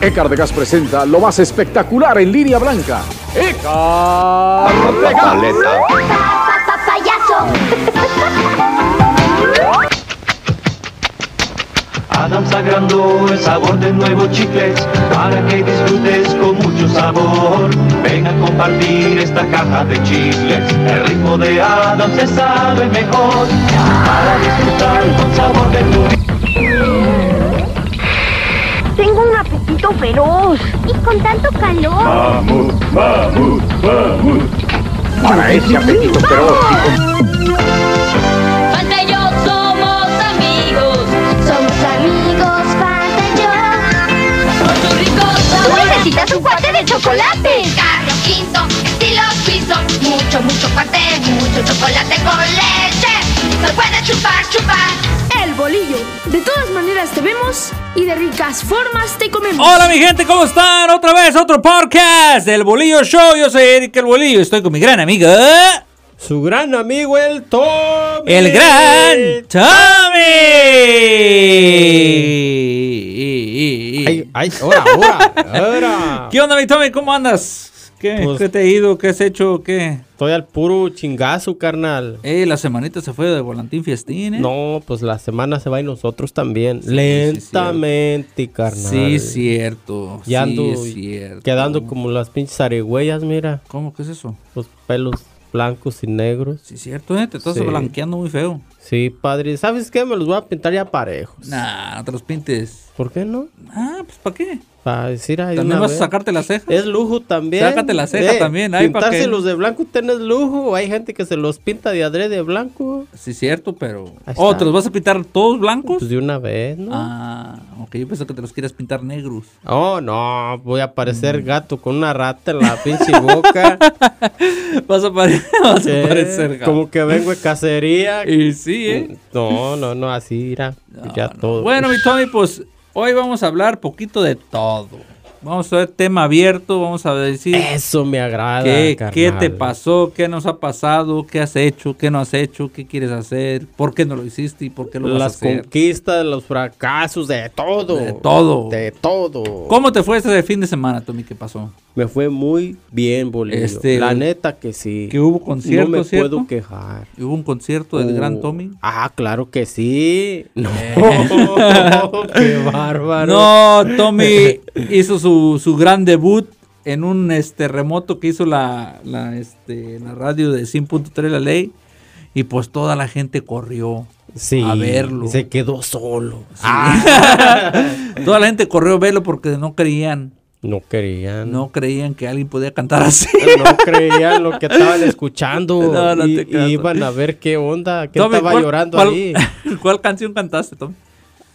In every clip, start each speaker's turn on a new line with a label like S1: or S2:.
S1: Ecar de Gas presenta lo más espectacular en línea blanca. Ecar de Gas.
S2: Adams agrandó el sabor de nuevos chicles para que disfrutes con mucho sabor. Ven a compartir esta caja de chicles. El ritmo de Adams se sabe mejor para disfrutar con sabor de tu
S3: Tengo un apetito feroz. Y con tanto calor.
S1: Para ese apetito feroz.
S4: Fanta y yo somos amigos,
S3: Somos amigos, Fanta y yo.
S4: por su rico
S3: Tú
S4: sabor.
S3: necesitas un cuate de chocolate.
S4: Carlos Quinto, estilo suizo, mucho, mucho parte, mucho chocolate con leche. Se puede chupar, chupar.
S5: El bolillo. De todas maneras te vemos y de ricas formas te comemos.
S6: Hola mi gente, ¿cómo están? Otra vez, otro podcast del Bolillo Show. Yo soy Eric el Bolillo, estoy con mi gran amiga,
S7: Su gran amigo el Tommy.
S6: el gran Tommy.
S7: Ay, ay, ahora, ahora, ahora.
S6: ¿Qué onda mi Tommy? ¿Cómo andas? ¿Qué,
S7: Pues-
S6: ¿Qué te ha ido? ¿Qué has hecho? ¿Qué?
S7: Estoy al puro chingazo, carnal.
S6: Eh, la semanita se fue de volantín fiestín, ¿eh?
S7: No, pues la semana se va y nosotros también.
S6: Sí, sí,
S7: Lentamente, carnal.
S6: Sí, cierto.
S7: Ya
S6: sí,
S7: ando
S6: es cierto.
S7: quedando como las pinches arigüeyas, mira.
S6: ¿Cómo? ¿Qué es eso?
S7: Los pelos blancos y negros.
S6: Sí, cierto, ¿eh? Te estás
S7: Sí.
S6: blanqueando muy feo.
S7: Sí, padre. ¿Sabes qué? Me los voy a pintar ya parejos.
S6: Nah, no te los pintes.
S7: ¿Por qué no?
S6: Ah, pues ¿para qué?
S7: Para decir ahí
S6: También
S7: una
S6: vas a
S7: vez.
S6: sacarte las cejas.
S7: Es lujo también.
S6: Sácate la ceja también, ahí, ¿pa' qué?
S7: Pintárselos de blanco tenés lujo. Hay gente que se los pinta de adrede blanco.
S6: Sí, cierto, pero.
S7: Ahí
S6: Oh,
S7: está.
S6: ¿te los vas a pintar todos blancos?
S7: Pues de una vez, ¿no?
S6: Ah, ok, yo pensé que te los quieras pintar negros.
S7: Oh, no, voy a parecer
S6: Mm.
S7: gato con una rata en la pinche boca.
S6: Vas a, pare- vas a
S7: Eh,
S6: parecer gato.
S7: Como que vengo de cacería.
S6: Y sí, ¿eh?
S7: No, no, no, así irá.
S6: No,
S7: ya
S6: no.
S7: todo.
S6: Bueno, mi Tommy, pues hoy vamos a hablar poquito de todo. Vamos a ver tema abierto, vamos a decir
S7: Eso me agrada.
S6: qué,
S7: carnal.
S6: qué te pasó, qué nos ha pasado, qué has hecho, qué no has hecho, qué quieres hacer, por qué no lo hiciste y por qué lo vas a
S7: Las
S6: hacer.
S7: conquistas, los fracasos, de todo.
S6: De todo.
S7: De todo.
S6: ¿Cómo te fue este fin de semana, Tommy? ¿Qué pasó?
S7: Me fue muy bien, Bolillo.
S6: Este,
S7: la neta que sí.
S6: que hubo concierto,
S7: No me
S6: ¿cierto?
S7: puedo quejar.
S6: ¿Hubo un concierto del gran
S7: Oh,
S6: Tommy? Eh.
S7: Ah, claro que sí. No.
S6: Oh,
S7: Qué bárbaro.
S6: No, Tommy hizo su, su gran debut en un este remoto que hizo la, la, este, la radio de 100.3 La Ley. Y pues toda la gente corrió
S7: Sí.
S6: a verlo.
S7: Se quedó solo. Ah.
S6: Toda la gente corrió a verlo porque no creían.
S7: No querían.
S6: No creían que alguien podía cantar así.
S7: No creían lo que estaban escuchando.
S6: No, no
S7: y,
S6: te creas.
S7: y iban a ver qué onda. Que
S6: Tommy,
S7: estaba
S6: ¿cuál-
S7: llorando
S6: cuál-
S7: ahí.
S6: ¿Cuál canción cantaste, Tommy?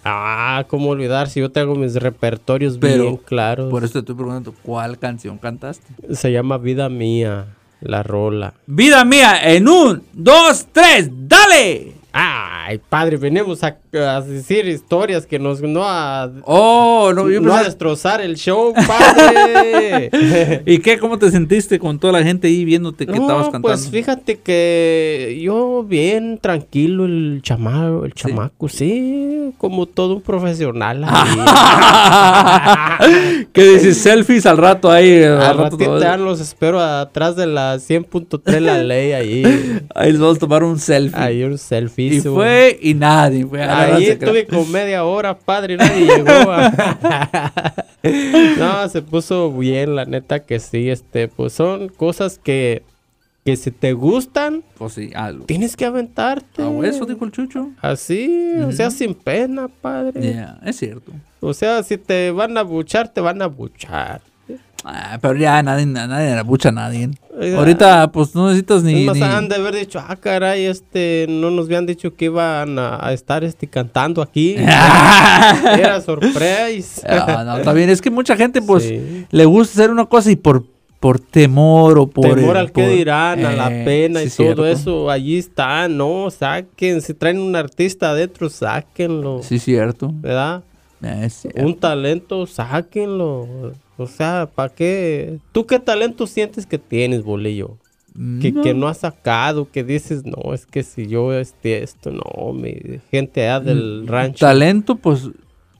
S7: Ah, cómo olvidar si yo tengo mis repertorios
S6: Pero
S7: bien claros.
S6: Por eso te estoy preguntando, ¿cuál canción cantaste?
S7: Se llama Vida Mía, la rola.
S6: Vida mía, en un, dos, tres, dale.
S7: Ay, padre, venimos a, a decir historias que nos no a,
S6: Oh, no, yo
S7: no a
S6: pensaba-
S7: destrozar el show, padre.
S6: ¿Y qué? ¿Cómo te sentiste con toda la gente ahí viéndote que
S7: No,
S6: estabas cantando?
S7: Pues fíjate que yo bien tranquilo el chamaco, el chamaco, sí, como todo un profesional. ahí.
S6: que dices selfies al rato ahí. Al,
S7: Al
S6: rato te
S7: ratito
S6: vas-
S7: ya los espero atrás de la 100.3 la ley ahí.
S6: ahí les vamos a tomar un selfie.
S7: Ahí un selfie.
S6: y fue y nadie. Fue, Ah, no, no
S7: Ahí
S6: se crea.
S7: estuve con media hora, padre, nadie llegó. a- no, se puso bien, la neta que sí, este, pues son cosas que, que si te gustan,
S6: Pues sí, algo.
S7: tienes que aventarte.
S6: A hueso, dijo el chucho.
S7: Así, o sea, sin pena, padre.
S6: Ya, es cierto.
S7: O sea, si te van a buchar, te van a buchar.
S6: Ah, pero ya nadie, nadie la bucha a nadie.
S7: Ya.
S6: Ahorita, pues no necesitas
S7: Es
S6: ni.
S7: más,
S6: ni-
S7: han de haber dicho, ah, caray, este, no nos habían dicho que iban a, a estar este, cantando aquí. Era sorpresa.
S6: Ah, no, también es que mucha gente, pues,
S7: Sí.
S6: le gusta hacer una cosa y por, por temor o por.
S7: Temor al que
S6: por-
S7: dirán, a la
S6: Eh,
S7: pena y
S6: sí,
S7: todo
S6: cierto.
S7: eso. Allí está, no, saquen. Si traen un artista adentro, sáquenlo.
S6: Sí, cierto.
S7: ¿Verdad?
S6: Eh, es cierto.
S7: Un talento, sáquenlo. O sea, ¿para qué? ¿Tú qué talento sientes que tienes, bolillo? Que, que no has sacado, que dices, no, es que si yo
S6: Mm,
S7: este, esto, no, mi gente allá del rancho.
S6: Talento, pues,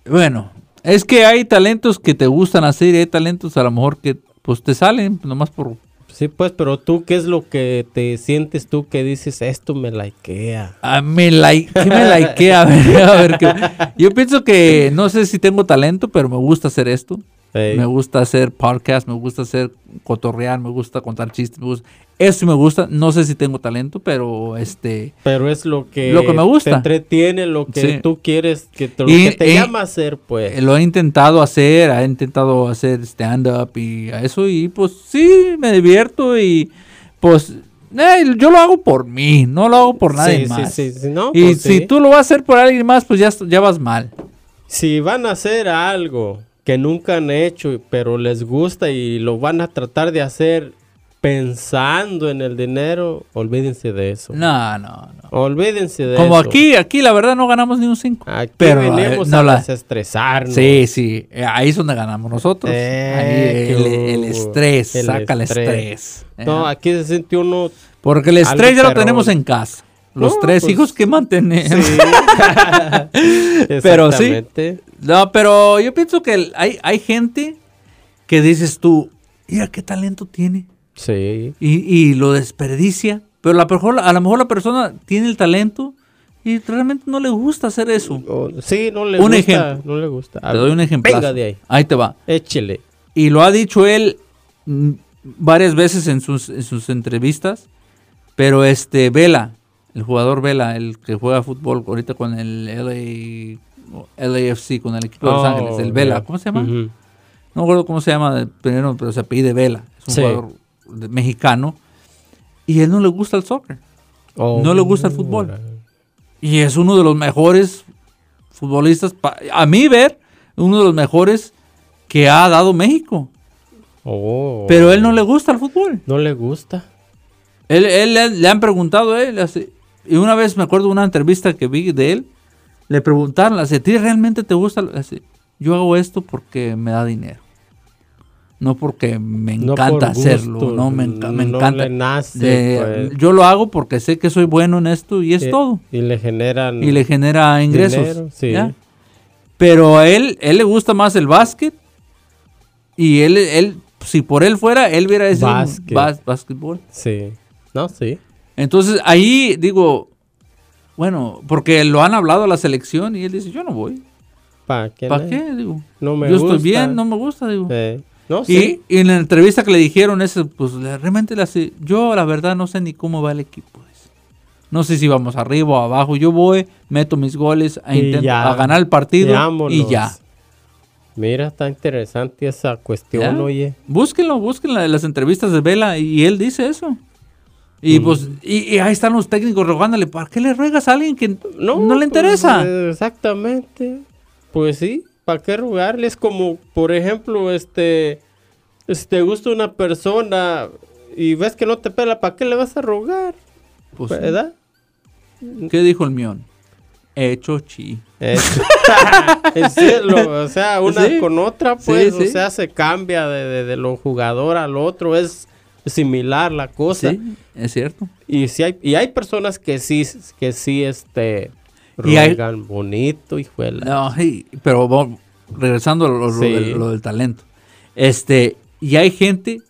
S6: bueno, Es que hay talentos que te gustan hacer y hay talentos a lo mejor que pues te salen nomás por...
S7: Sí, pues, pero tú, ¿qué es lo que te sientes tú que dices esto me laikea?
S6: Ah, me like, ¿Qué me likea? A ver, a ver, qué- Yo pienso que no sé si tengo talento, pero me gusta hacer esto.
S7: Ey.
S6: Me gusta hacer podcast, me gusta hacer cotorrear, me gusta contar chistes, me gusta... Eso me gusta. No sé si tengo talento, pero este...
S7: Pero es lo que,
S6: Lo que me gusta.
S7: te entretiene, lo que
S6: Sí.
S7: tú quieres, que te, lo
S6: Y-
S7: que te
S6: y-
S7: llama a hacer,
S6: Eh,
S7: pues.
S6: Lo he intentado hacer, he intentado hacer stand-up y a eso, y pues sí, me divierto y pues eh, yo lo hago por mí, no lo hago por nadie
S7: Sí, sí,
S6: más.
S7: sí, sí, no,
S6: y
S7: pues,
S6: si
S7: sí.
S6: tú lo vas a hacer por alguien más, pues ya, ya vas mal.
S7: Si van a hacer algo que nunca han hecho, pero les gusta y lo van a tratar de hacer pensando en el dinero, olvídense de eso.
S6: No, no, no.
S7: Olvídense de
S6: Como
S7: eso.
S6: aquí, aquí la verdad no ganamos ni un 5.
S7: Aquí
S6: Pero eh,
S7: venimos
S6: no
S7: a
S6: la...
S7: desestresarnos.
S6: Sí, sí, eh, ahí es donde ganamos nosotros.
S7: Eh,
S6: Ahí el,
S7: qué
S6: el
S7: hubo.
S6: estrés,
S7: El
S6: saca
S7: estrés.
S6: el estrés.
S7: No,
S6: Eh,
S7: aquí se siente uno.
S6: Porque el estrés ya lo
S7: pero-
S6: tenemos en casa. Los
S7: No,
S6: tres
S7: pues,
S6: hijos que mantener. Pero sí.
S7: Exactamente.
S6: No, pero yo pienso que el- hay, hay gente que dices tú, mira qué talento tiene
S7: Sí.
S6: y, y lo desperdicia, pero a lo, mejor, a lo mejor la persona tiene el talento y realmente no le gusta hacer eso.
S7: O- sí, no le
S6: Un
S7: gusta.
S6: ejemplo.
S7: No le gusta. A
S6: Te doy
S7: ver,
S6: un ejemplo.
S7: Venga de ahí.
S6: Ahí te va.
S7: Échele.
S6: Y lo ha dicho él mm, varias veces en sus, en sus entrevistas, pero este Vela, el jugador Vela, el que juega fútbol ahorita con el LA, LAFC, con el equipo de Los
S7: Oh,
S6: Ángeles, el Vela,
S7: ya.
S6: ¿cómo se llama?
S7: Ujú.
S6: no me acuerdo cómo se llama de primero, pero se apellida Vela, es un
S7: Sí.
S6: jugador de- mexicano, y él no le gusta el soccer,
S7: Oh,
S6: no le gusta el fútbol,
S7: órale.
S6: y es uno de los mejores futbolistas, pa- a mí ver, uno de los mejores que ha dado México,
S7: Oh.
S6: pero él no le gusta el fútbol,
S7: No le gusta.
S6: él, él le, han- le han preguntado a él, así- y una vez me acuerdo de una entrevista que vi de él, le preguntaron, así, ¿a ti realmente te gusta? el-?" Así, Yo hago esto porque me da dinero. No porque me
S7: No
S6: encanta
S7: por
S6: hacerlo,
S7: gusto,
S6: no me, enca- me
S7: no
S6: encanta.
S7: le nace,
S6: De-
S7: pues.
S6: Yo lo hago porque sé que soy bueno en esto y es
S7: Eh,
S6: todo.
S7: Y le generan.
S6: Y le genera ingresos.
S7: Dinero, sí.
S6: ¿ya? Pero a él, él le gusta más el básquet. Y él, él si por él fuera, él hubiera decidido
S7: Básquet.
S6: bas- básquetbol.
S7: Sí. No, sí.
S6: Entonces ahí digo, bueno, porque lo han hablado a la selección y él dice, yo no voy.
S7: ¿Para qué?
S6: ¿Para
S7: le-
S6: qué? Digo,
S7: No me
S6: yo estoy
S7: gusta.
S6: bien, no me gusta, digo.
S7: Eh, No,
S6: Y,
S7: sí.
S6: y en la entrevista que le dijeron eso, pues le- realmente le hace- yo la verdad no sé ni cómo va el equipo. dice. No sé si vamos arriba o abajo. Yo voy, meto mis goles, a,
S7: Y
S6: intento-
S7: ya.
S6: a ganar el partido y
S7: Vámonos.
S6: ya.
S7: Mira, está interesante esa cuestión,
S6: ¿Ya?
S7: oye.
S6: Búsquenlo, busquen la- las entrevistas de Vela y él dice eso. Y pues, y, y ahí están los técnicos rogándole, ¿para qué le ruegas a alguien que no, le
S7: pues,
S6: interesa?
S7: eh, exactamente. Pues sí, ¿para qué rogarles? Como, por ejemplo, este, si te gusta una persona y ves que no te pela, ¿para qué le vas a rogar?
S6: Pues,
S7: ¿Verdad?
S6: ¿Qué dijo el mión? Hecho chi.
S7: Eso. En serio, o sea, una
S6: Sí.
S7: con otra, pues,
S6: Sí, sí.
S7: o sea, se cambia de, de, de lo jugador al otro, es similar la cosa.
S6: Sí, es cierto.
S7: Y sí hay, y hay personas que sí, que sí, este,
S6: Y hay- Ah.
S7: ruegan bonito, hijuela.
S6: No, sí, pero vamos, regresando a lo, lo
S7: Sí.
S6: del, lo del talento. Este, y hay gente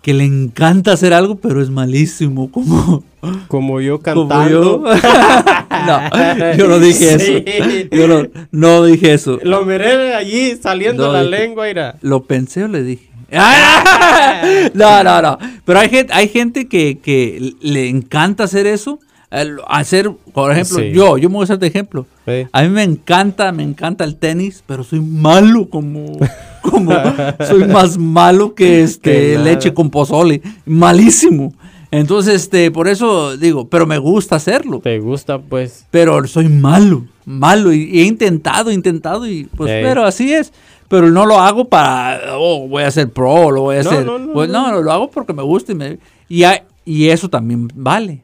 S6: que le encanta hacer algo, pero es malísimo. Como,
S7: Como yo
S6: como
S7: cantando.
S6: yo. no, yo no dije
S7: Sí.
S6: eso. Yo no, no dije eso.
S7: Lo miré de allí saliendo
S6: No,
S7: la
S6: dije-
S7: lengua, mira.
S6: Lo pensé o le dije.
S7: Ah.
S6: No, no, no. Pero hay gente, hay gente que, que le encanta hacer eso. El- Hacer, por ejemplo,
S7: Sí.
S6: yo, yo me voy a hacer de ejemplo.
S7: Sí.
S6: A mí me encanta, me encanta el tenis, pero soy malo como, como soy más malo que
S7: Que
S6: este
S7: nada.
S6: leche con pozole, malísimo. Entonces, este, por eso digo, pero me gusta hacerlo,
S7: Te gusta, pues.
S6: pero soy malo, malo y, y he intentado, intentado y pues,
S7: Ey.
S6: pero así es. Pero no lo hago para, oh, voy a ser pro, lo voy a
S7: No,
S6: hacer.
S7: no, no,
S6: pues, no, lo hago porque me gusta y me- y, hay- y eso también vale.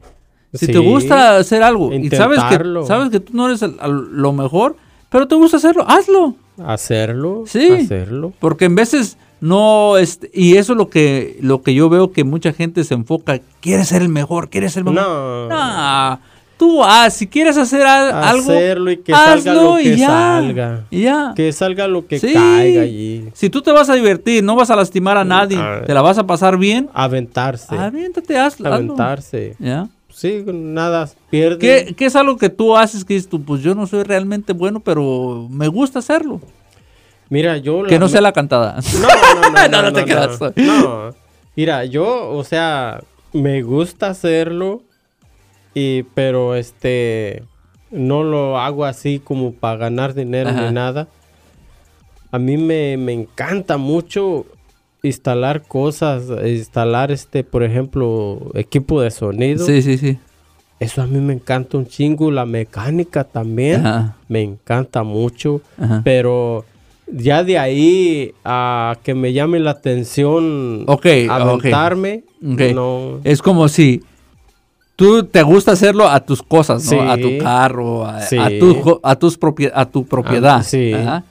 S6: Si
S7: Sí.
S6: te gusta hacer algo y sabes
S7: Intentarlo.
S6: que, sabes que tú no eres al- al- lo mejor, pero te gusta hacerlo, hazlo.
S7: Hacerlo.
S6: Sí.
S7: Hacerlo.
S6: Porque en veces no, este, y eso es lo que, lo que yo veo que mucha gente se enfoca, quiere ser el mejor, quiere ser el mejor.
S7: No.
S6: Nah, tú haz. Si quieres hacer al- algo,
S7: Hacerlo y que salga
S6: hazlo
S7: lo
S6: y
S7: que
S6: ya.
S7: salga.
S6: Y ya.
S7: Que salga lo que
S6: Sí.
S7: caiga allí.
S6: Si tú te vas a divertir, no vas a lastimar a nadie,
S7: ah.
S6: te la vas a pasar bien,
S7: Aventarse.
S6: aviéntate, hazlo. hazlo.
S7: Aventarse.
S6: ¿Ya?
S7: Sí, nada, pierde.
S6: ¿Qué, qué es algo que tú haces que dices tú, pues yo no soy realmente bueno, pero me gusta hacerlo?
S7: Mira, yo...
S6: Que
S7: la-
S6: no sea la cantada.
S7: No, no,
S6: No,
S7: no, no,
S6: no te
S7: no,
S6: creas.
S7: no. No. Mira, yo, o sea, me gusta hacerlo, y, pero este, no lo hago así como para ganar dinero
S6: Ajá.
S7: ni nada. A mí me, me encanta mucho instalar cosas, instalar este, por ejemplo, equipo de sonido.
S6: Sí, sí, sí.
S7: Eso a mí me encanta un chingo, la mecánica también.
S6: Ajá.
S7: Me encanta mucho.
S6: Ajá.
S7: Pero ya de ahí a que me llame la atención
S6: Ok,
S7: aventarme,
S6: Ok.
S7: no.
S6: Es como si tú te gusta hacerlo a tus cosas, ¿no?
S7: Sí.
S6: A tu carro, a,
S7: Sí.
S6: a tu, jo- a tus propie- a tu propiedad.
S7: Ah, sí.
S6: ¿verdad?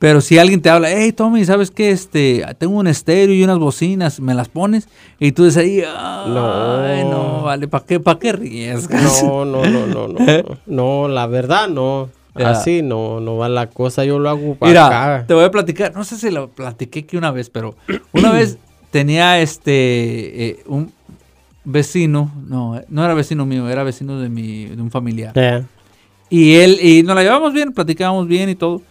S6: Pero si alguien te habla, hey Tommy, ¿sabes qué? Este, tengo un estéreo y unas bocinas, me las pones y tú dices ahí, ay, no,
S7: No.
S6: vale, ¿para qué, para qué riesgas?
S7: No, no, no, no, no. No, la verdad no.
S6: Ya.
S7: Así no, no va la cosa. Yo lo hago para
S6: Mira,
S7: acá.
S6: te voy a platicar, no sé si lo platiqué que una vez, pero una vez tenía este eh, un vecino, no, eh, no era vecino mío, era vecino de mi, de un familiar.
S7: Eh,
S6: Y él, y nos la llevamos bien, platicábamos bien y todo.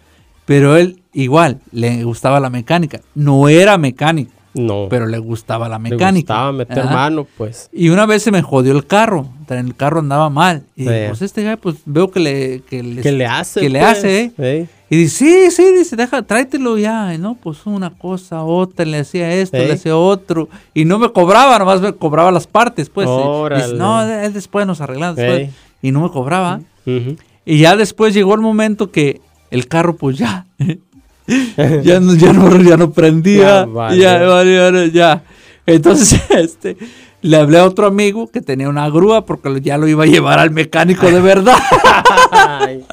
S6: Pero él igual, le gustaba la mecánica. No era mecánico,
S7: no.
S6: pero le gustaba la
S7: Me
S6: mecánica.
S7: gustaba meter
S6: Ajá.
S7: mano, pues.
S6: Y una vez se me jodió el carro. El carro andaba mal. Y dije,
S7: Sí.
S6: pues este güey, pues veo que le, que le,
S7: Que le hace.
S6: que le
S7: pues,
S6: hace, ¿eh?
S7: eh.
S6: Y dice, sí, sí, dice, deja, tráetelo ya. Y no, pues una cosa, otra, le hacía esto,
S7: Ey.
S6: le hacía otro. Y no me cobraba, nomás me cobraba las partes, pues. Y Dice,
S7: Órale.
S6: no, él después nos arreglamos. después".
S7: Ey.
S6: Y no me cobraba.
S7: Ujú.
S6: Y ya después llegó el momento que el carro, pues ya. ya, no, ya, no, ya no prendía. Ya,
S7: Ya valió.
S6: valió, ya, Entonces, este. Le hablé a otro amigo que tenía una grúa porque lo- ya lo iba a llevar al mecánico de verdad.
S7: Ay,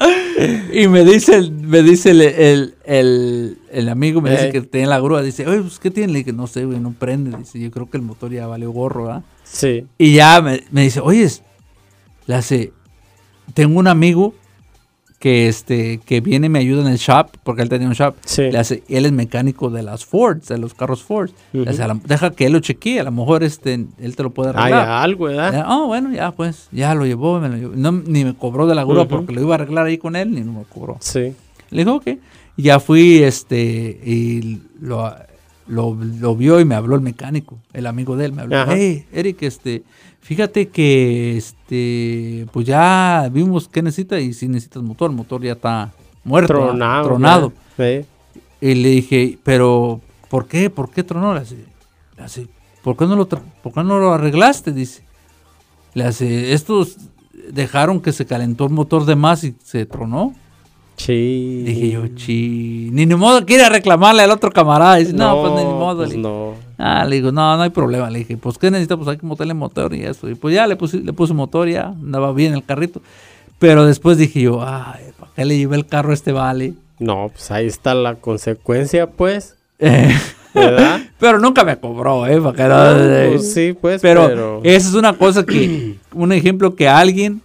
S6: y me dice, el- me dice el, el, el- el amigo, me dice
S7: Ey.
S6: que tiene la grúa. Dice, oye, pues, ¿qué tiene? Le dije, no sé, güey, no prende. Dice, yo creo que el motor ya valió gorro, ¿verdad?
S7: sí.
S6: Y ya me, me dice, oye, le hace, tengo un amigo que este que viene y me ayuda en el shop, porque él tenía un shop.
S7: Sí.
S6: Le hace, él es mecánico de las Fords, de los carros Ford. Le hace, "A la- deja que él lo chequee, a lo mejor este, él te lo puede
S7: Hay
S6: arreglar.
S7: algo, ¿verdad?
S6: Ya, Ah, bueno, ya pues, ya lo llevó, me lo llevó. No, ni me cobró de la grúa
S7: Ujú.
S6: porque lo iba a arreglar ahí con él, ni no me cobró.
S7: Sí.
S6: Le dijo, ok. Y Ya fui, este, y lo, lo, lo vio y me habló el mecánico, el amigo de él. Me habló,
S7: Ajá.
S6: hey, Eric, este, fíjate que, este, pues ya vimos qué necesita y si necesitas motor, el motor ya está muerto, ¿verdad?
S7: Tronado.
S6: tronado.
S7: ¿verdad?
S6: Y le dije, pero, ¿por qué? ¿Por qué tronó? Le hace, le hace, ¿por qué no lo, tra- por qué no lo arreglaste? Dice. Le hace, estos dejaron que se calentó el motor de más y se tronó.
S7: Sí. Sí.
S6: Dije yo, chi, ni, ni modo quiere reclamarle al otro camarada. Dice, no, pues ni modo.
S7: pues
S6: le-
S7: no.
S6: Ah, le digo, no, no hay problema. Le dije, pues qué necesita, pues hay que montarle motor y eso. Y pues ya le puse, le puse motor, ya andaba bien el carrito. Pero después dije yo, ay, ¿para qué le llevé el carro a este vale?
S7: No, pues ahí está la consecuencia, pues.
S6: Eh,
S7: ¿Verdad?
S6: pero nunca me cobró, ¿eh? Para que no-
S7: No, pues sí, pues,
S6: pero,
S7: pero-
S6: esa es una cosa que, un ejemplo que a alguien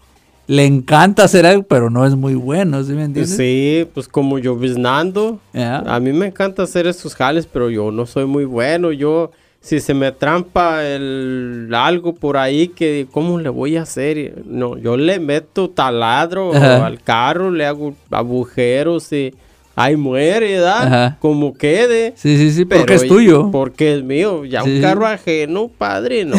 S6: le encanta hacer algo, pero no es muy bueno, ¿sí me entiendes?
S7: Sí, pues como yo biznando.
S6: Ya.
S7: A mí me encanta hacer esos jales, pero yo no soy muy bueno. Yo, si se me trampa el algo por ahí, que ¿cómo le voy a hacer? No, yo le meto taladro
S6: Ajá.
S7: al carro, le hago agujeros y ahí muere, ¿verdad?
S6: Ajá.
S7: Como quede.
S6: Sí, sí, sí, porque
S7: Pero
S6: es tuyo.
S7: Porque es mío. Ya
S6: Sí.
S7: un carro ajeno, padre, no.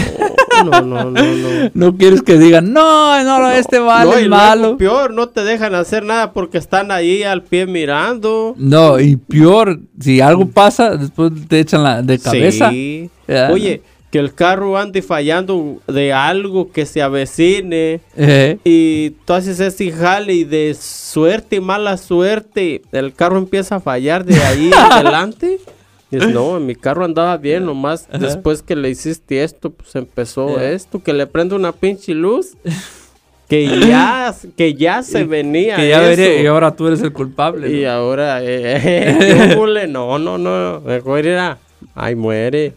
S7: No, no, no, no.
S6: No quieres que digan, no, no, no, este vale
S7: No,
S6: es
S7: y luego
S6: malo.
S7: Peor, no te dejan hacer nada porque están ahí al pie mirando.
S6: No, y peor, si algo pasa, después te echan la de cabeza.
S7: Sí.
S6: Ya.
S7: Oye, que el carro ande fallando de algo que se avecine.
S6: Eh,
S7: Y tú haces ese jale y de suerte y mala suerte, el carro empieza a fallar de ahí adelante. Dices, no, mi carro andaba bien, nomás después que le hiciste esto, pues empezó
S6: Ajá.
S7: esto, que le prende una pinche luz, que ya, que ya se venía.
S6: que ya veré,
S7: eso.
S6: y ahora tú eres el culpable.
S7: Y
S6: ¿no?
S7: ahora, eh, eh, ¿qué hule? no, no, no, mejor era, ay, muere.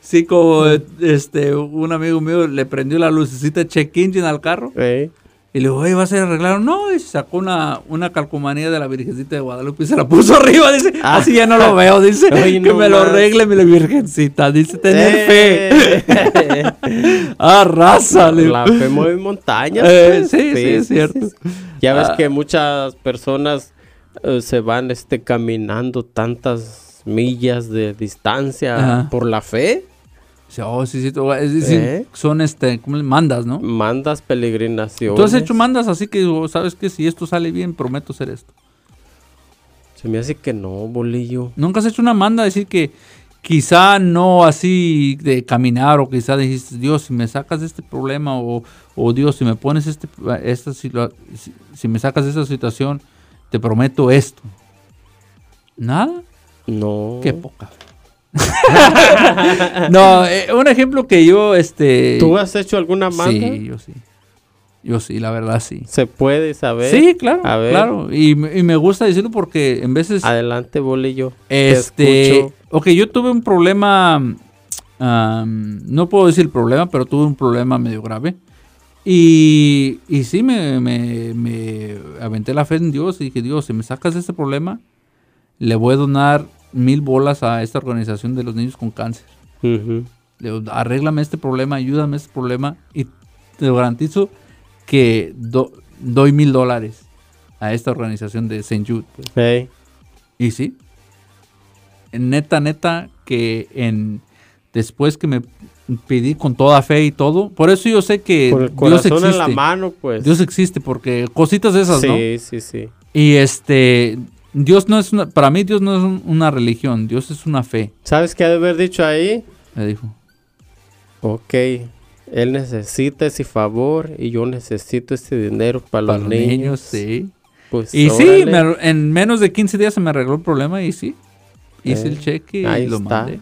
S6: Sí, como eh, este, un amigo mío le prendió la lucecita check engine al carro
S7: eh.
S6: Y le digo, oye, ¿vas a ir a arreglar? No, y sacó una, una calcomanía de la Virgencita de Guadalupe y se la puso arriba, dice.
S7: Ah.
S6: Así ya no lo veo, dice.
S7: Ay,
S6: que
S7: no
S6: me lo
S7: más.
S6: arregle, mi Virgencita. Dice, tener
S7: Eh.
S6: fe. Arrasa, le digo.
S7: La fe mueve montañas.
S6: Eh,
S7: pues.
S6: sí, sí, es cierto.
S7: Ya ves
S6: Ah.
S7: que muchas personas eh, se van este, caminando tantas millas de distancia
S6: Ajá.
S7: por la fe.
S6: Dice, oh, sí, sí, tú- es decir,
S7: Eh.
S6: son este, ¿cómo le- mandas, no?
S7: Mandas peregrinaciones.
S6: Tú has hecho mandas, así que digo, sabes que si esto sale bien, prometo hacer esto.
S7: Se me hace que no, bolillo.
S6: Nunca has hecho una manda decir que quizá no así de caminar o quizá dijiste, Dios, si me sacas de este problema o, o Dios, si me pones este, esta, situa- si, si me sacas de esta situación, te prometo esto. Nada.
S7: No.
S6: Qué poca. fe. no, eh, un ejemplo que yo, este...
S7: ¿Tú has hecho alguna manda?
S6: Sí, yo sí. Yo sí, la verdad sí.
S7: Se puede saber.
S6: Sí, claro,
S7: A ver.
S6: claro. Y, me- y me gusta decirlo porque en veces...
S7: Adelante, bolillo. Te
S6: Este,
S7: escucho.
S6: ok, yo tuve un problema, am, no puedo decir problema, pero tuve un problema medio grave. Y, y sí, me, me- me aventé la fe en Dios y dije, Dios, si me sacas de este problema, le voy a donar mil bolas a esta organización de los niños con cáncer.
S7: Ujú.
S6: Le digo, arréglame este problema, ayúdame a este problema y te garantizo que do- doy mil dólares a esta organización de St. Jude. pues.
S7: Ey.
S6: Y sí. Neta, neta, que en después que me pedí con toda fe y todo. Por eso yo sé que
S7: Por el
S6: eh, Dios
S7: corazón
S6: existe.
S7: en la mano, pues.
S6: Dios existe, porque cositas de esas,
S7: sí,
S6: ¿no?
S7: sí, sí.
S6: Y este. Dios no es una. Para mí, Dios no es un- una religión. Dios es una fe,
S7: ¿Sabes qué ha de haber dicho ahí?
S6: me dijo.
S7: Ok, él necesita ese favor y yo necesito ese dinero para,
S6: Para
S7: los niños.
S6: sí.
S7: Pues,
S6: Y sí,
S7: órale.
S6: me arr- en menos de 15 días se me arregló el problema y sí. Hice
S7: Eh,
S6: el cheque y
S7: ahí
S6: lo
S7: está.
S6: mandé.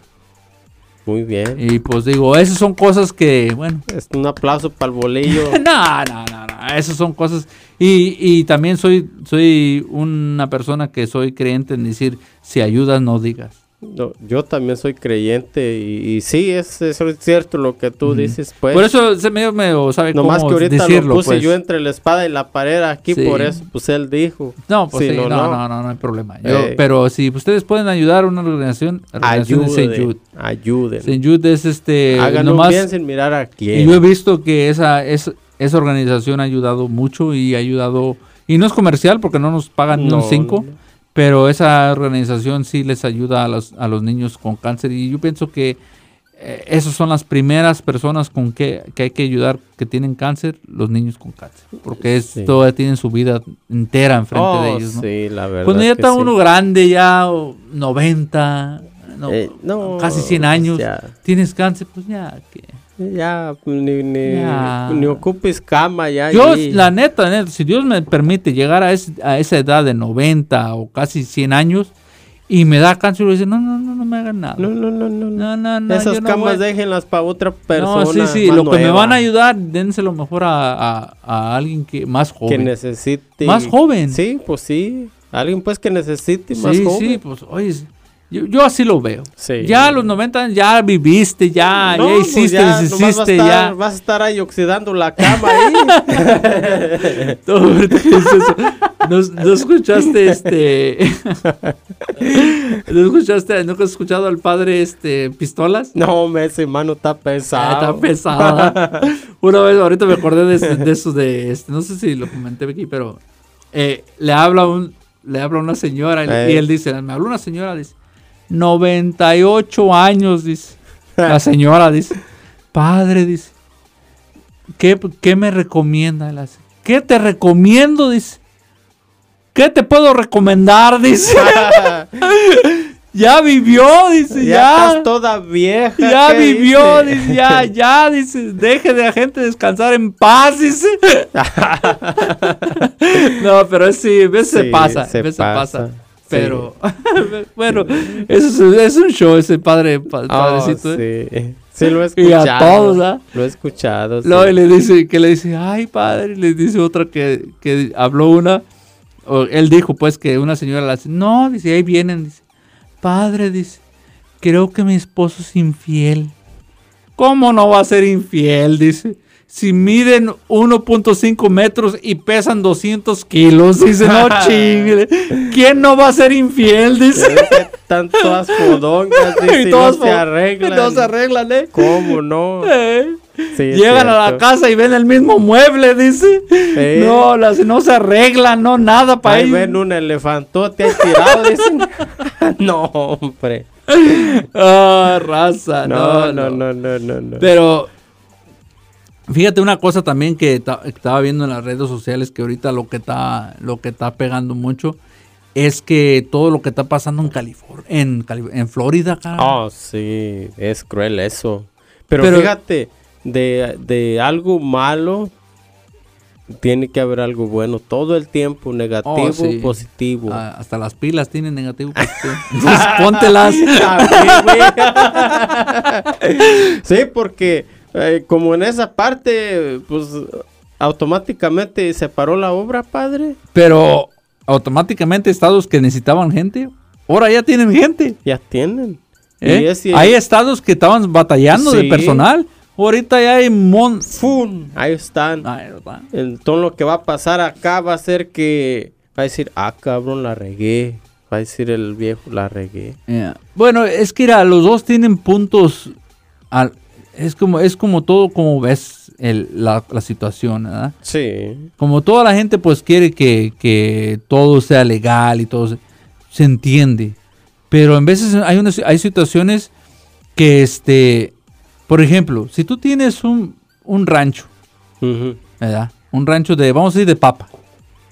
S7: Muy bien.
S6: Y pues digo, esas son cosas que, bueno,
S7: Es un aplauso para el bolillo.
S6: No, no, no, no. Esas son cosas. Y, y también soy, soy una persona que soy creyente en decir, si ayudas, no digas.
S7: No, yo también soy creyente y, y sí, es, es cierto lo que tú dices, pues.
S6: Por eso se medio, medio sabe
S7: Nomás
S6: cómo
S7: que ahorita
S6: decirlo.
S7: lo puse
S6: pues.
S7: yo entre la espada y la pared aquí,
S6: Sí.
S7: por eso, pues él dijo.
S6: No, pues
S7: Si
S6: sí, no, no, no, no, hay problema. Yo-
S7: Eh.
S6: Pero si ustedes pueden ayudar a una organización, organización de St.
S7: Ayuden,
S6: Jude.
S7: ayuden.
S6: St. Jude es este.
S7: Háganlo
S6: nomás-
S7: bien sin mirar a
S6: y
S7: quién.
S6: yo he visto que esa, es- esa organización ha ayudado mucho y ha ayudado. Y no es comercial porque no nos pagan ni
S7: No,
S6: un 5.
S7: no.
S6: Pero esa organización sí les ayuda a los, a los niños con cáncer. Y yo pienso que eh, esas son las primeras personas con que, que hay que ayudar que tienen cáncer, los niños con cáncer. Porque es,
S7: Sí.
S6: todavía tienen su vida entera enfrente
S7: Oh,
S6: de ellos. ¿no?
S7: sí, la verdad.
S6: Cuando ya
S7: es que
S6: está
S7: sí.
S6: uno grande, ya o 90, no,
S7: Eh, no,
S6: casi 100
S7: pues
S6: años,
S7: ya.
S6: tienes cáncer, pues ya que...
S7: Ya, pues, ni, ni,
S6: Ya.
S7: ni ocupes cama ya.
S6: Yo,
S7: allí.
S6: la neta, neta, si Dios me permite llegar a, es- a esa edad de 90 o casi 100 años y me da cáncer, y dice, no, no, no, no me hagan nada.
S7: No, no, no, no.
S6: No, no, no,
S7: Esas
S6: yo no
S7: camas
S6: voy-
S7: déjenlas para otra persona.
S6: No, sí, sí,
S7: más
S6: lo que me
S7: nueva,
S6: van a ayudar, dénselo mejor a, a- a alguien que más
S7: Que
S6: joven.
S7: necesite.
S6: Más joven.
S7: Sí, pues sí. Alguien pues que necesite más
S6: sí,
S7: joven.
S6: sí, pues, oye, yo, yo así lo veo.
S7: Sí.
S6: Ya a los 90 años ya viviste, ya,
S7: No,
S6: ya
S7: pues
S6: hiciste,
S7: ya, nomás vas a
S6: deshiciste,
S7: estar,
S6: ya.
S7: Vas a estar ahí oxidando la cama ahí.
S6: No, ahorita que dices eso, ¿no- no escuchaste este. no escuchaste, nunca has escuchado al padre este Pistolas.
S7: no, hombre, ese mano está pesado.
S6: Ah, Está pesada. Una vez, ahorita me acordé de, ese- de eso de este, no sé si lo comenté aquí, pero eh, le habla un, le habla una señora y, le-
S7: Eh.
S6: y él dice, me habló una señora, dice, 98 años, dice. La señora dice, padre, dice, ¿qué, qué me recomienda? Él hace, ¿Qué te recomiendo? Dice. ¿Qué te puedo recomendar? Dice. ya vivió, dice.
S7: ya,
S6: Ya,
S7: estás toda vieja.
S6: ya
S7: ¿qué
S6: vivió,
S7: dices?
S6: dice, ya, ya, dice, deje de la gente descansar en paz, dice. no, pero sí, a veces se
S7: Sí,
S6: pasa, a
S7: se
S6: veces se pasa.
S7: pasa,
S6: Pero, bueno, eso es, es un show ese padre, pa-
S7: Oh,
S6: padrecito. ¿eh?
S7: sí. sí, lo he
S6: Y a
S7: escuchado.
S6: todos, ¿ah?
S7: Lo he escuchado. sí.
S6: No, y le dice, que le dice, ay padre, y le dice otra que, que habló una, o él dijo pues que una señora la hace, no, dice, ahí vienen, dice, padre, dice, creo que mi esposo es infiel. ¿Cómo no va a ser infiel? Dice, si miden 1.5 metros y pesan 200 kilos. Dice, no chingue. ¿Quién no va a ser infiel? Dice.
S7: Están todas fodongas, dice, y
S6: todas
S7: no se
S6: fo-
S7: arreglan.
S6: No se arreglan, ¿eh?
S7: ¿Cómo no?
S6: Eh.
S7: Sí, es
S6: Llegan a la
S7: cierto.
S6: casa y ven el mismo mueble, dice.
S7: Eh.
S6: No, las, no se arreglan, no nada para
S7: Ahí ven un elefantote ahí tirado, dicen. no, hombre.
S6: Ah, raza,
S7: No, no, no, no, no. no.
S6: Pero fíjate una cosa también que ta- estaba viendo en las redes sociales que ahorita lo que está lo que está pegando mucho es que todo lo que está pasando en California, en, Cali- en Florida, cara.
S7: Oh, sí, es cruel eso. Pero,
S6: Ah. Pero-
S7: fíjate, de, de algo malo tiene que haber algo bueno todo el tiempo, negativo,
S6: Oh, sí.
S7: positivo.
S6: Ah, hasta las pilas tienen negativo. positivo. Entonces, póntelas.
S7: Ah, sí, porque eh, como en esa parte, pues automáticamente se paró la obra, padre.
S6: Pero automáticamente estados que necesitaban gente, ahora ya tienen gente.
S7: Ya tienen.
S6: ¿eh?
S7: Y es-
S6: Hay estados que estaban batallando de
S7: Sí.
S6: personal. Ahorita ya hay mon...
S7: ¡fum! Ahí están.
S6: Ay, ¿verdad?
S7: Entonces lo que va a pasar acá va a ser que va a decir, ah, cabrón, la regué. Va a decir el viejo, la regué.
S6: Yeah. Bueno, es que mira, los dos tienen puntos. al- es como es como todo como ves el- la, la situación, ¿verdad?
S7: Sí.
S6: Como toda la gente pues quiere que, que todo sea legal y todo se, se entiende. Pero en veces hay unas hay situaciones que este, por ejemplo, si tú tienes un, un rancho,
S7: Ujú.
S6: ¿verdad? Un rancho de vamos a decir de papa.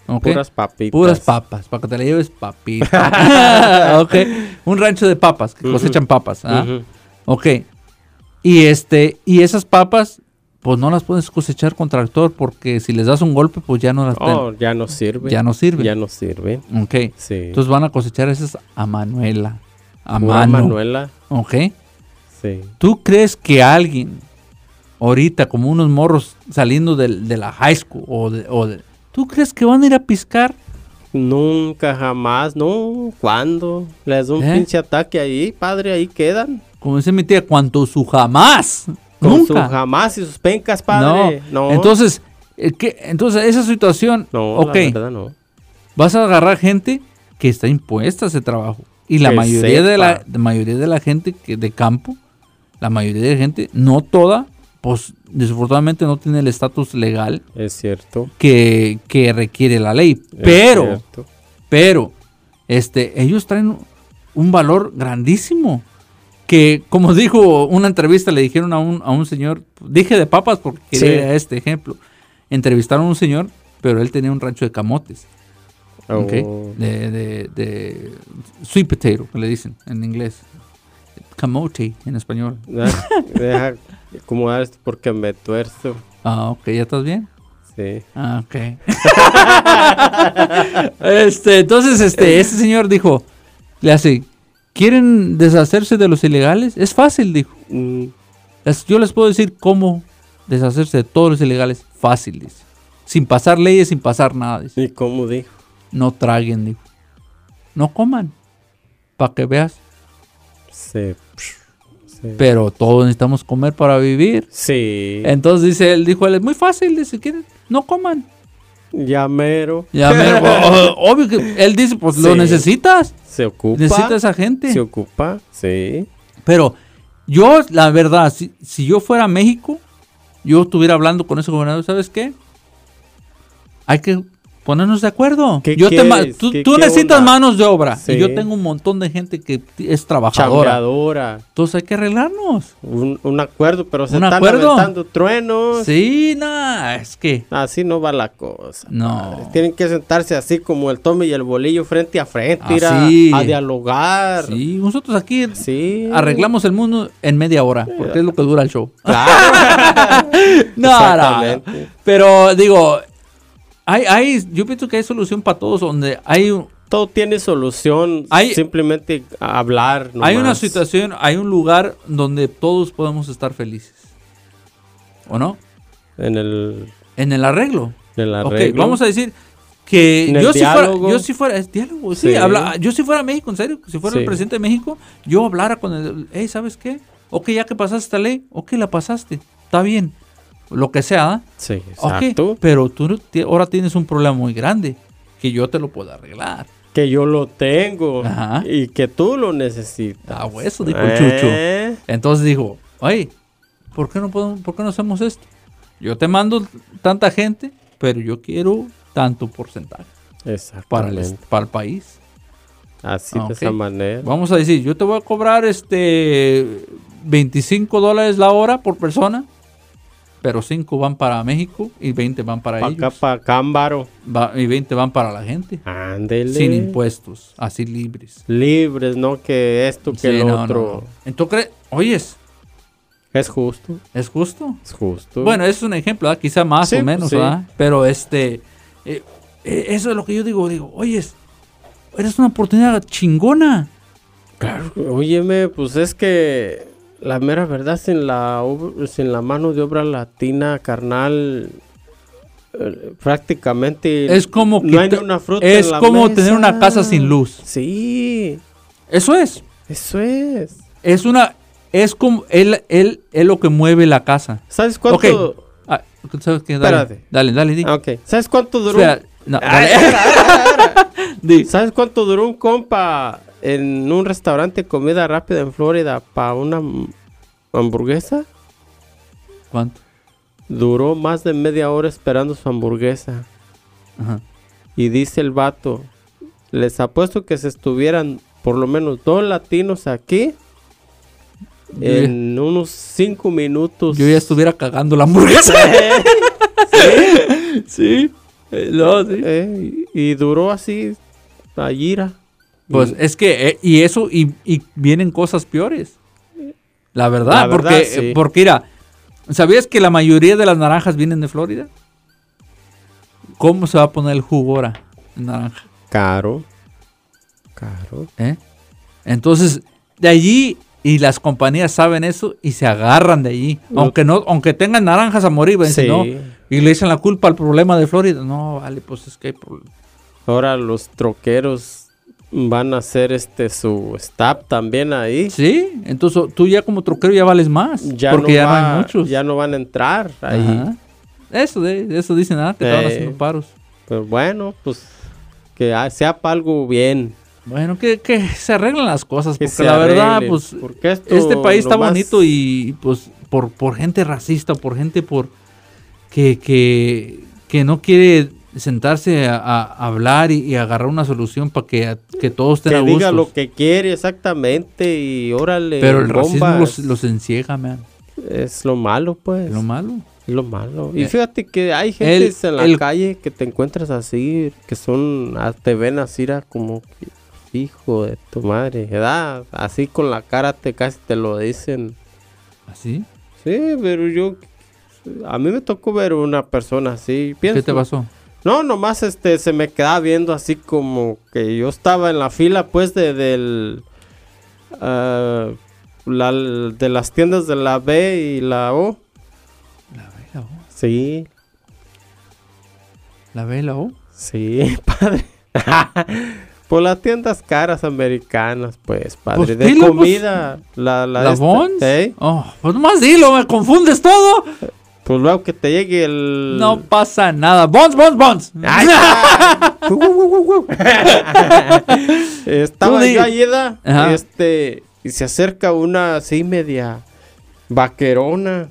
S6: ¿ok?
S7: Puras papitas.
S6: Puras papas, para que te la lleves papita. ok. Un rancho de papas, que cosechan papas. ¿ah?
S7: Ujú.
S6: Ok. Y este, y esas papas, pues no las puedes cosechar con tractor, porque si les das un golpe, pues ya no las
S7: Oh, ya no sirve.
S6: Ya no sirve.
S7: Ya no sirve.
S6: ten- Ok.
S7: Sí.
S6: Entonces van a cosechar esas a Manuela. A
S7: Pura
S6: mano.
S7: Manuela.
S6: Ok.
S7: Sí.
S6: ¿Tú crees que alguien, ahorita, como unos morros saliendo del- de, la high school, o de- o de- ¿tú crees que van a ir a piscar?
S7: Nunca, jamás, no. ¿Cuándo? Les da un
S6: ¿Eh?
S7: pinche ataque ahí, padre, ahí quedan.
S6: Como dice mi tía, cuanto su jamás.
S7: Con
S6: nunca.
S7: su jamás y sus pencas,
S6: no.
S7: padre. No.
S6: Entonces, eh, ¿qué? entonces esa situación,
S7: no,
S6: ok,
S7: la verdad no.
S6: vas a agarrar gente que está impuesta a ese trabajo. Y la
S7: Que
S6: mayoría de la,
S7: sepa.
S6: la mayoría de la gente que de campo, la mayoría de gente, no toda, pues desafortunadamente no tiene el estatus legal
S7: Es cierto.
S6: que, que requiere la ley.
S7: es
S6: Pero,
S7: cierto.
S6: pero, este, ellos traen un valor grandísimo. Que, como dijo una entrevista, le dijeron a un, a un señor, dije de papas porque quería
S7: Sí.
S6: ir a este ejemplo. Entrevistaron a un señor, pero él tenía un rancho de camotes.
S7: Oh.
S6: ¿ok? De, de, de sweet potato, que le dicen en inglés. Camote en español.
S7: Deja, Ah, deja acomodar esto porque me tuerzo.
S6: Ah, ok, ¿ya estás bien?
S7: Sí.
S6: Ah, ok. este, entonces, este, este señor dijo, le hace, ¿quieren deshacerse de los ilegales? Es fácil, dijo.
S7: Mm,
S6: Les- Yo les puedo decir cómo deshacerse de todos los ilegales. Fácil, dice. Sin pasar leyes, sin pasar nada, dice.
S7: ¿Y cómo dijo?
S6: No traguen, dijo. No coman. Para que veas.
S7: Sí. Sí.
S6: Pero todos necesitamos comer para vivir.
S7: Sí.
S6: Entonces dice él, dijo él, es muy fácil, dice, ¿quieren? No coman.
S7: Llamero.
S6: Ya, mero, o- o- obvio que él dice, pues lo
S7: Sí.
S6: necesitas.
S7: Se ocupa.
S6: Necesitas a gente.
S7: Se ocupa. Sí.
S6: Pero yo, la verdad, si, si yo fuera a México, yo estuviera hablando con ese gobernador, ¿sabes qué? Hay que ponernos de acuerdo.
S7: ¿Qué
S6: yo te ma-
S7: quieres?
S6: tú
S7: ¿Qué-
S6: tú
S7: qué
S6: necesitas
S7: onda?
S6: manos de obra.
S7: Sí.
S6: Y yo tengo un montón de gente que t- es trabajadora.
S7: Chambeadora.
S6: Entonces hay que arreglarnos.
S7: Un, un acuerdo, pero se
S6: ¿Un
S7: están
S6: acuerdo?
S7: aventando truenos.
S6: Sí, nada, es que...
S7: Así no va la cosa.
S6: No.
S7: Tienen que sentarse así como el Tommy y el bolillo frente a frente, ir a-
S6: Así.
S7: a, dialogar. Sí.
S6: Sí, nosotros aquí arreglamos el mundo en media hora, porque es lo que dura el show. no, no, no.
S7: Exactamente.
S6: Pero digo, hay, hay, yo pienso que hay solución para todos donde hay, un-
S7: Todo tiene solución.
S6: Hay-
S7: simplemente hablar.
S6: hay una
S7: nomás.
S6: situación, hay un lugar donde todos podemos estar felices. ¿O no?
S7: En el,
S6: En el arreglo.
S7: en el
S6: Ok,
S7: arreglo.
S6: vamos a decir que
S7: En el
S6: yo si, fuera,
S7: diálogo.
S6: yo si fuera, es diálogo, sí,
S7: Sí.
S6: habla- yo si fuera a México, en serio, si fuera el
S7: Sí.
S6: presidente de México, yo hablara con el, hey, ¿sabes qué? Ok, ya que pasaste esta ley, ok, la pasaste, está bien, lo que sea, ¿ah?
S7: Sí,
S6: Ok,
S7: exacto.
S6: pero tú no ti- ahora tienes un problema muy grande que yo te lo puedo arreglar.
S7: Que yo lo tengo
S6: Ajá.
S7: y que tú lo necesitas.
S6: Ah, bueno, eso dijo el
S7: Pues, ¿Eh?
S6: Chucho. Entonces dijo, oye, ¿por qué no podemos, por qué no hacemos esto? Yo te mando tanta gente, pero yo quiero tanto porcentaje para el,
S7: Exactamente.
S6: para el país.
S7: Así
S6: Ah,
S7: de
S6: ok.
S7: esa manera.
S6: Vamos a decir, yo te voy a cobrar este 25 dólares la hora por persona, pero 5 van para México y 20 van para
S7: Pa' acá,
S6: ellos.
S7: pa' Cámbaro.
S6: Va- y 20 van para la gente.
S7: Ándele.
S6: Sin impuestos, así libres.
S7: Libres, no que esto, que
S6: Sí,
S7: el
S6: no, no,
S7: otro.
S6: no. Entonces, cre- oyes,
S7: Es justo.
S6: ¿es justo?
S7: Es justo.
S6: Bueno, es un ejemplo, ¿verdad? quizá más
S7: Sí,
S6: o menos,
S7: sí.
S6: ¿verdad? Pero este, eh, eh, eso es lo que yo digo, digo, oyes, eres una oportunidad chingona.
S7: Claro, óyeme, pues es que la mera verdad, sin la, ob- sin la mano de obra latina, carnal, eh, prácticamente
S6: Es como
S7: no hay
S6: quita-
S7: ni una fruta
S6: es
S7: en la
S6: como
S7: mesa.
S6: tener una casa sin luz.
S7: Sí,
S6: Eso es,
S7: eso es.
S6: es una, es como, él, él, es lo que mueve la casa.
S7: ¿Sabes cuánto?
S6: Ok, Ah, ¿sabes qué? Dale,
S7: Espérate.
S6: dale, dale, di.
S7: Ah, ok. Ah, ¿Sabes cuánto duró? un-
S6: Espera, no, dale. Di.
S7: ¿Sabes cuánto duró un compa en un restaurante de comida rápida en Florida para una m- hamburguesa?
S6: ¿Cuánto?
S7: Duró más de media hora esperando su hamburguesa.
S6: Ajá.
S7: Y dice el vato, les apuesto que se estuvieran por lo menos dos latinos aquí
S6: Yo ya-
S7: en unos cinco minutos.
S6: Yo ya estuviera cagando la hamburguesa. sí. Eh, No, sí.
S7: Eh, y, y duró así la gira.
S6: Pues
S7: Y-
S6: es que, eh, y eso, y, y vienen cosas peores. La verdad,
S7: La verdad,
S6: porque,
S7: sí.
S6: eh, porque mira, ¿sabías que la mayoría de las naranjas vienen de Florida? ¿Cómo se va a poner el jugo ahora? en Naranja,
S7: caro. Caro.
S6: ¿eh? Entonces, de allí, y las compañías saben eso y se agarran de allí. Aunque no, aunque tengan naranjas a morir, van a decir,
S7: Sí.
S6: no, y le echan la culpa al problema de Florida. No, vale, pues es que hay problema.
S7: Ahora los troqueros van a hacer este su stop también ahí.
S6: Sí, entonces tú ya como troquero ya vales más.
S7: Ya
S6: porque
S7: no
S6: ya
S7: va-
S6: no hay muchos.
S7: Ya no van a entrar ahí.
S6: Ajá. Eso, de, de eso dicen, ah, que estaban
S7: Sí.
S6: haciendo paros.
S7: Pero bueno, pues que ha- sea para algo bien.
S6: Bueno, que, que se arreglen las cosas,
S7: Que
S6: porque
S7: se
S6: la verdad,
S7: arreglen,
S6: pues,
S7: porque esto
S6: este país está
S7: nomás-
S6: bonito y, pues, por, por gente racista, por gente por que, que, que no quiere sentarse a, a hablar y, y agarrar una solución para que, que todos estén
S7: Que
S6: a
S7: diga
S6: gusto.
S7: lo que quiere exactamente y órale.
S6: Pero el racismo
S7: bombas.
S6: los, los enciega, man.
S7: es lo malo, pues.
S6: Es lo malo.
S7: Es lo malo. Y
S6: Eh,
S7: fíjate que hay
S6: el-
S7: gente en la
S6: el-
S7: calle que te encuentras así, que son, ah, te ven así, ah, como que, hijo de tu madre, ¿verdad? Así con la cara te casi te lo dicen.
S6: ¿Así?
S7: Sí, pero yo, a mí me tocó ver una persona así. Pienso,
S6: ¿Qué te pasó?
S7: No, nomás este, se me quedaba viendo así como que yo estaba en la fila, pues, de, del, ah, la- de las tiendas de la B y la O.
S6: La vela, oh,
S7: Sí,
S6: la vela, oh.
S7: Sí, padre. Por las tiendas caras americanas, pues, padre.
S6: Pues
S7: de
S6: dilo, pues,
S7: comida. la la
S6: ¿La
S7: esta,
S6: Bonds?
S7: ¿eh?
S6: Oh, pues nomás dilo, me confundes todo.
S7: Pues luego que te llegue el.
S6: No pasa nada. Bons, bons, bons.
S7: Ay, ay. Uh, uh, uh, uh. Estaba
S6: Tú di.
S7: yo ahí, ¿verdad?
S6: Ajá.
S7: Este. Y se acerca una así media vaquerona.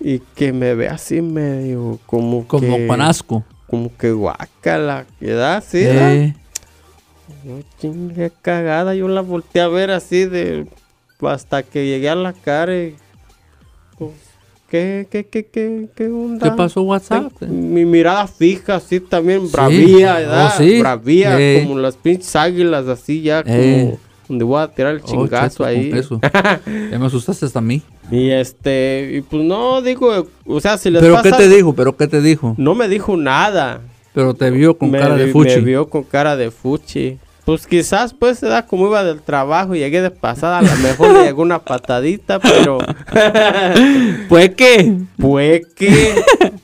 S7: Y que me ve así medio como
S6: Como
S7: que.
S6: con asco.
S7: Como que guacala. ¿Verdad? Sí. ¿verdad?
S6: Eh,
S7: Yo chingue cagada, yo la volteé a ver así de hasta que llegué a la cara y pues, ¿qué, qué, qué, qué, qué onda?
S6: ¿Qué pasó, WhatsApp?
S7: Te- Mi mirada fija así también,
S6: Sí.
S7: bravía, ¿verdad?
S6: Oh, sí.
S7: Bravía,
S6: Eh.
S7: como las pinches águilas así ya
S6: Eh.
S7: como donde voy a tirar el
S6: Oh,
S7: chingazo
S6: chetos
S7: ahí.
S6: con queso. ya me asustaste hasta a mí.
S7: Y este, y pues no digo, o sea, si les
S6: ¿Pero
S7: pasa,
S6: qué te dijo? ¿Pero qué te dijo?
S7: no me dijo nada.
S6: Pero te vio con
S7: me,
S6: cara de
S7: vi-
S6: fuchi.
S7: me vio con cara de fuchi. Pues quizás pues se da como iba del trabajo y llegué despasada, a lo mejor le llegó una patadita, pero
S6: Pues qué.
S7: pues que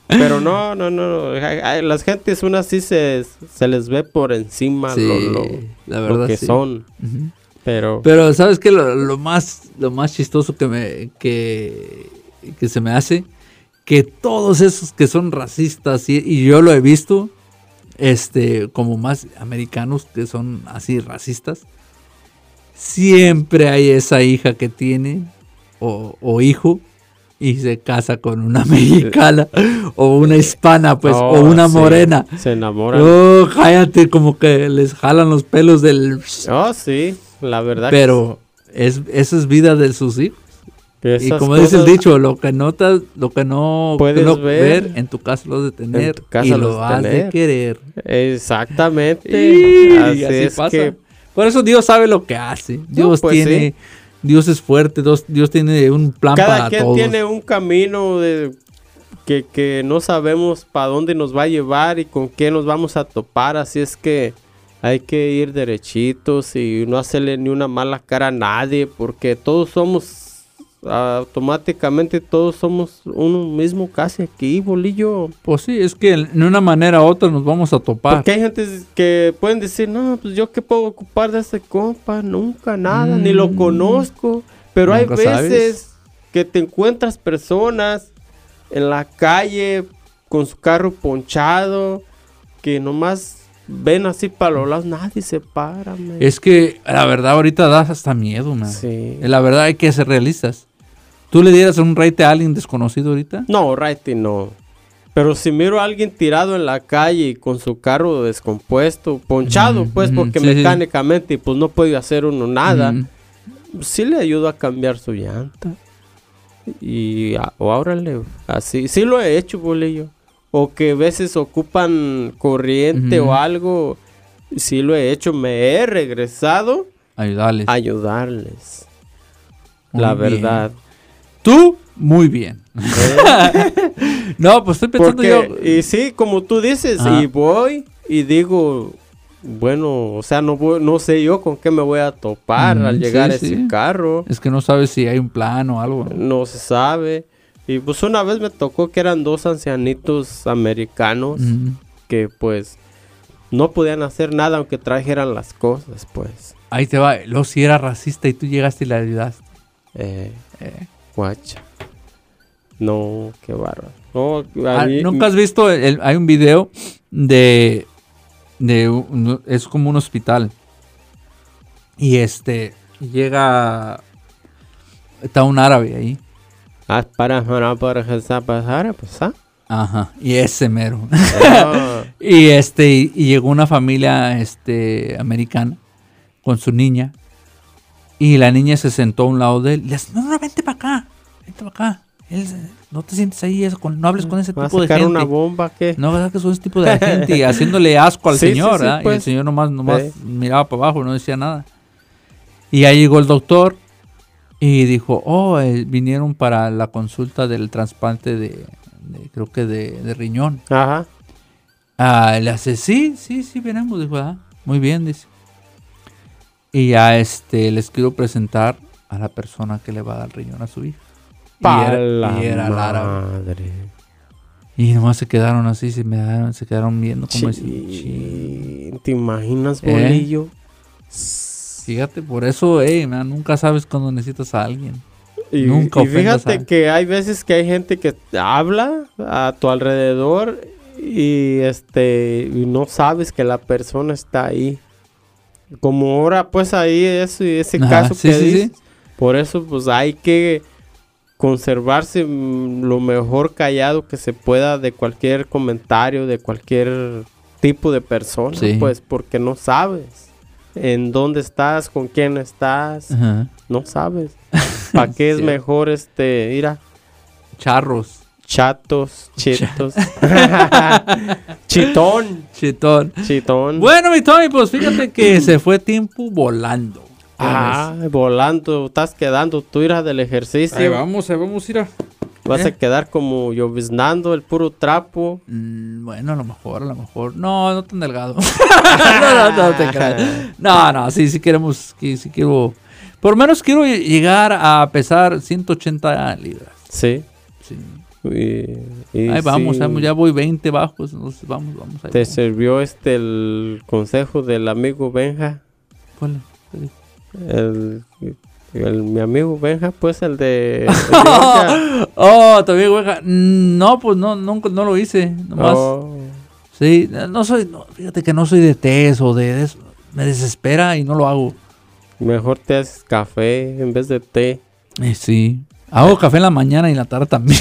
S7: pero no, no, no, no. Ay, ay, las gentes unas sí se, se les ve por encima
S6: Sí,
S7: lo, lo-
S6: la
S7: lo
S6: verdad
S7: que
S6: sí.
S7: son.
S6: Ujú.
S7: Pero,
S6: Pero sabes que lo, lo más lo más chistoso que me que, que se me hace que todos esos que son racistas, y, y yo lo he visto, este, como más americanos que son así racistas, siempre hay esa hija que tiene o, o hijo y se casa con una mexicana o una hispana, pues,
S7: No,
S6: o una
S7: sí,
S6: morena.
S7: Se enamoran.
S6: No, cállate, como que les jalan los pelos del...
S7: Oh, sí, la verdad. que
S6: Pero es, eso es vida de sus hijos.
S7: que
S6: y
S7: esas
S6: como dice el
S7: cosas
S6: dicho, lo que notas, lo que no
S7: Puedes
S6: no
S7: ver,
S6: en tu casa lo has de tener
S7: tu casa
S6: y
S7: lo
S6: lo
S7: has de
S6: has de
S7: tener.
S6: querer.
S7: Exactamente.
S6: Y
S7: así,
S6: así
S7: es
S6: pasa.
S7: que
S6: Por eso Dios sabe lo que hace. Dios
S7: pues
S6: tiene,
S7: sí.
S6: Dios es fuerte, Dios, Dios tiene un plan
S7: cada
S6: para
S7: quien
S6: todos.
S7: tiene un camino de que, que no sabemos para dónde nos va a llevar y con qué nos vamos a topar. Así es que hay que ir derechitos y no hacerle ni una mala cara a nadie, porque todos somos automáticamente todos somos uno mismo casi aquí, bolillo.
S6: Pues sí, es que de una manera u otra nos vamos a topar.
S7: Porque hay gente que pueden decir, no, pues yo qué puedo ocupar de este compa, nunca nada, ni lo conozco. Pero hay
S6: Mm. Nunca sabes.
S7: veces que te encuentras personas en la calle con su carro ponchado, que nomás ven así para los lados, nadie se para. man.
S6: Es que la verdad ahorita das hasta miedo, man. Eh,
S7: Sí.
S6: La verdad hay que ser realistas. ¿Tú le dieras un rate a alguien desconocido ahorita?
S7: No, Righty no. Pero si miro a alguien tirado en la calle y con su carro descompuesto, ponchado,
S6: Mm,
S7: pues,
S6: mm,
S7: porque
S6: sí, sí.
S7: mecánicamente pues no puede hacer uno nada.
S6: Mm.
S7: sí le ayudo a cambiar su llanta. Y a- o órale, así, sí lo he hecho, bolillo. O que a veces ocupan corriente
S6: Ujú.
S7: o algo, sí lo he hecho, me he regresado
S6: Ayudarles.
S7: a ayudarles.
S6: Muy
S7: la
S6: bien.
S7: verdad.
S6: Tú, muy bien. no, pues estoy pensando
S7: Porque,
S6: yo.
S7: y sí, como tú dices,
S6: Ajá.
S7: y voy y digo, bueno, o sea, no voy- no sé yo con qué me voy a topar
S6: Mm,
S7: al
S6: sí,
S7: llegar a ese
S6: sí.
S7: carro.
S6: Es que no sabes si hay un plan o algo.
S7: No se sabe. Y pues una vez me tocó que eran dos ancianitos americanos
S6: Mm.
S7: que pues no podían hacer nada aunque trajeran las cosas, pues.
S6: Ahí te va. Luego si era racista y tú llegaste y le ayudaste.
S7: Eh,
S6: Eh.
S7: guacha. No, qué barra. No,
S6: Ah,
S7: a mí-
S6: ¿Nunca has visto? el- hay un video de... de un- es como un hospital. Y este... Llega... Está un árabe ahí.
S7: Ah, para, para, para, para, para, pues, ah.
S6: Ajá. Y ese mero.
S7: Ah,
S6: Y este, y y llegó una familia este, americana con su niña. Y la niña se sentó a un lado de él. Y le dice, no, no, vente para acá. Vente para acá. Él se- no te sientes ahí, eso, con- no hables con ese
S7: Mm, ¿Va a
S6: Este tipo de
S7: sacar
S6: gente.
S7: una bomba que
S6: No, ¿verdad que son ese tipo de gente? Y haciéndole asco al
S7: Sí, sí,
S6: señor,
S7: sí,
S6: ¿verdad? Y el
S7: pues.
S6: señor nomás, nomás
S7: Sí.
S6: miraba para abajo, no decía nada. Y ahí llegó el doctor y dijo, oh, eh, vinieron para la consulta del trasplante de, de- creo que de- de riñón.
S7: Ajá.
S6: Ah, le hace, sí, sí, sí, veremos. Dijo, ah, muy bien, dice. Y ya este, les quiero presentar a la persona que le va a dar riñón a su hija. Y
S7: Pa'
S6: era,
S7: la
S6: y era el árabe.
S7: madre.
S6: Y nomás se quedaron así, se, me quedaron- se quedaron viendo como diciendo, "Chin".
S7: Chin, ¿Te imaginas,
S6: Eh.
S7: bolillo?
S6: Fíjate, por eso, ey, man, nunca sabes cuando necesitas a alguien.
S7: Y,
S6: Nunca
S7: y
S6: ofendas
S7: fíjate
S6: a-
S7: que hay veces que hay gente que habla a tu alrededor y este y no sabes que la persona está ahí. Como ahora pues ahí eso y ese
S6: Ajá,
S7: caso
S6: sí,
S7: que
S6: sí, sí.
S7: dices. Por eso pues hay que conservarse mm, lo mejor callado que se pueda de cualquier comentario, de cualquier tipo de persona,
S6: Sí.
S7: pues porque no sabes en dónde estás, con quién estás.
S6: Ajá.
S7: No sabes. ¿Para qué es
S6: Sí.
S7: mejor este, mira,
S6: Charros,
S7: chatos, chetos? chitón,
S6: chitón.
S7: chitón.
S6: Bueno, mi Tommy, pues fíjate que se fue tiempo volando.
S7: Ah, volando, estás quedando tú irás del ejercicio.
S6: Ahí vamos, ahí vamos, ir
S7: Vas
S6: ¿Eh?
S7: a quedar como lloviznando el puro trapo.
S6: Mm, Bueno, a lo mejor, a lo mejor. No, no tan delgado. no, no, no, te creas. no, no, sí, sí queremos, sí, sí quiero. Por lo menos quiero ll- llegar a pesar 180 libras.
S7: Sí.
S6: sí.
S7: Y- y
S6: Ahí vamos,
S7: sí,
S6: ahí vamos, ya voy 20 bajos, entonces vamos, vamos. Ahí
S7: ¿Te
S6: vamos.
S7: sirvió este el consejo del amigo Benja?
S6: ¿Cuál es?
S7: El, El- mi amigo Benja, pues el de. el de Georgia.
S6: Oh, también, güeja. No, pues no, nunca, no lo hice. Nomás.
S7: Oh,
S6: Sí, no soy. no, fíjate que no soy de tés o de eso. Me desespera y no lo hago.
S7: mejor te haces café en vez de té.
S6: Eh, sí. Hago café en la mañana y en la tarde también.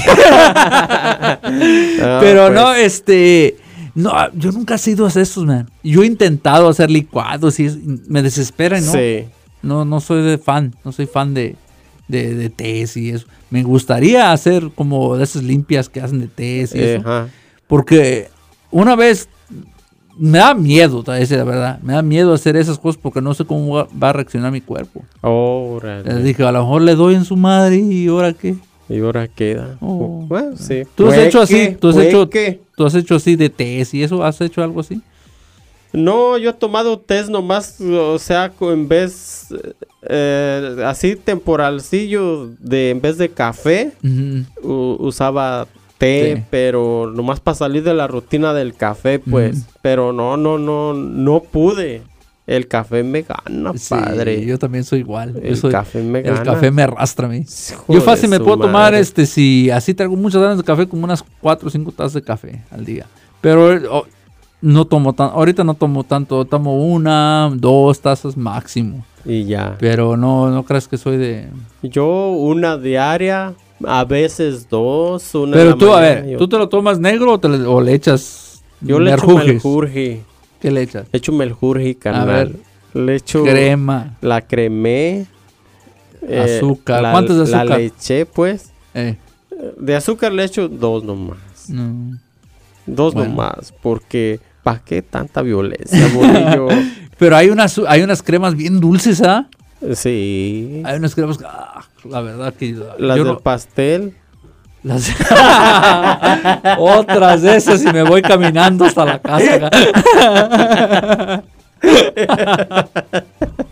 S7: Ah,
S6: Pero
S7: pues,
S6: no, este. No, yo nunca he sido de esos, man. Yo he intentado hacer licuados y es- me desespera y no.
S7: Sí.
S6: eh, No, no soy de fan. No soy fan de, de, de tés y eso. Me gustaría hacer como de esas limpias que hacen de tés y
S7: eh,
S6: eso.
S7: ajá.
S6: Porque una vez me da miedo, te voy a decir la verdad. Me da miedo hacer esas cosas porque no sé cómo va va a reaccionar mi cuerpo.
S7: Órale.
S6: Les dije, a lo mejor le doy en su madre y ahora qué.
S7: Y ahora queda.
S6: Oh.
S7: Bueno, sí.
S6: Tú has
S7: Puede
S6: hecho
S7: que,
S6: así, tú has
S7: puede
S6: hecho,
S7: que.
S6: tú has hecho así de test y eso, has hecho algo así.
S7: No, yo he tomado test nomás, o sea, co- en vez. eh, así temporalcillo, de, en vez de café,
S6: Ujú.
S7: u- usaba té,
S6: Té.
S7: pero nomás para salir de la rutina del café, pues. Pero no, no, no, no pude. El café me gana,
S6: Sí,
S7: padre.
S6: yo también soy igual. yo
S7: El
S6: soy-
S7: café me
S6: el
S7: gana.
S6: café me arrastra a mí.
S7: Hijo
S6: Yo
S7: de
S6: fácil me
S7: su
S6: puedo tomar,
S7: madre.
S6: este, si así traigo muchas ganas de café, como unas 4 o 5 tazas de café al día. Pero eh, oh, no tomo tan, ahorita no tomo tanto, tomo una, dos tazas máximo.
S7: Y ya.
S6: Pero no, no creas que soy de...
S7: Yo una diaria, a veces dos, una en
S6: Pero
S7: la
S6: tú, a
S7: mañana
S6: ver,
S7: y
S6: ¿tú te lo tomas negro o, te le, o le echas
S7: Yo le echo
S6: merjujes?
S7: meljurje.
S6: ¿Qué le echas?
S7: Le echo meljurje, carnal. Le echo
S6: Crema.
S7: la cremé. eh,
S6: Azúcar. ¿Cuántas de
S7: La
S6: azúcar?
S7: leche, pues.
S6: Eh,
S7: De azúcar le echo dos nomás.
S6: no.
S7: Dos
S6: Bueno.
S7: nomás. Porque, ¿para qué tanta violencia, bolillo?
S6: Pero hay unas, hay unas cremas bien dulces, ¿ah?
S7: sí.
S6: Hay unas cremas... que- ah, la verdad que...
S7: Las
S6: yo
S7: del
S6: no-
S7: pastel.
S6: Las- Otras de esas y me voy caminando hasta la casa.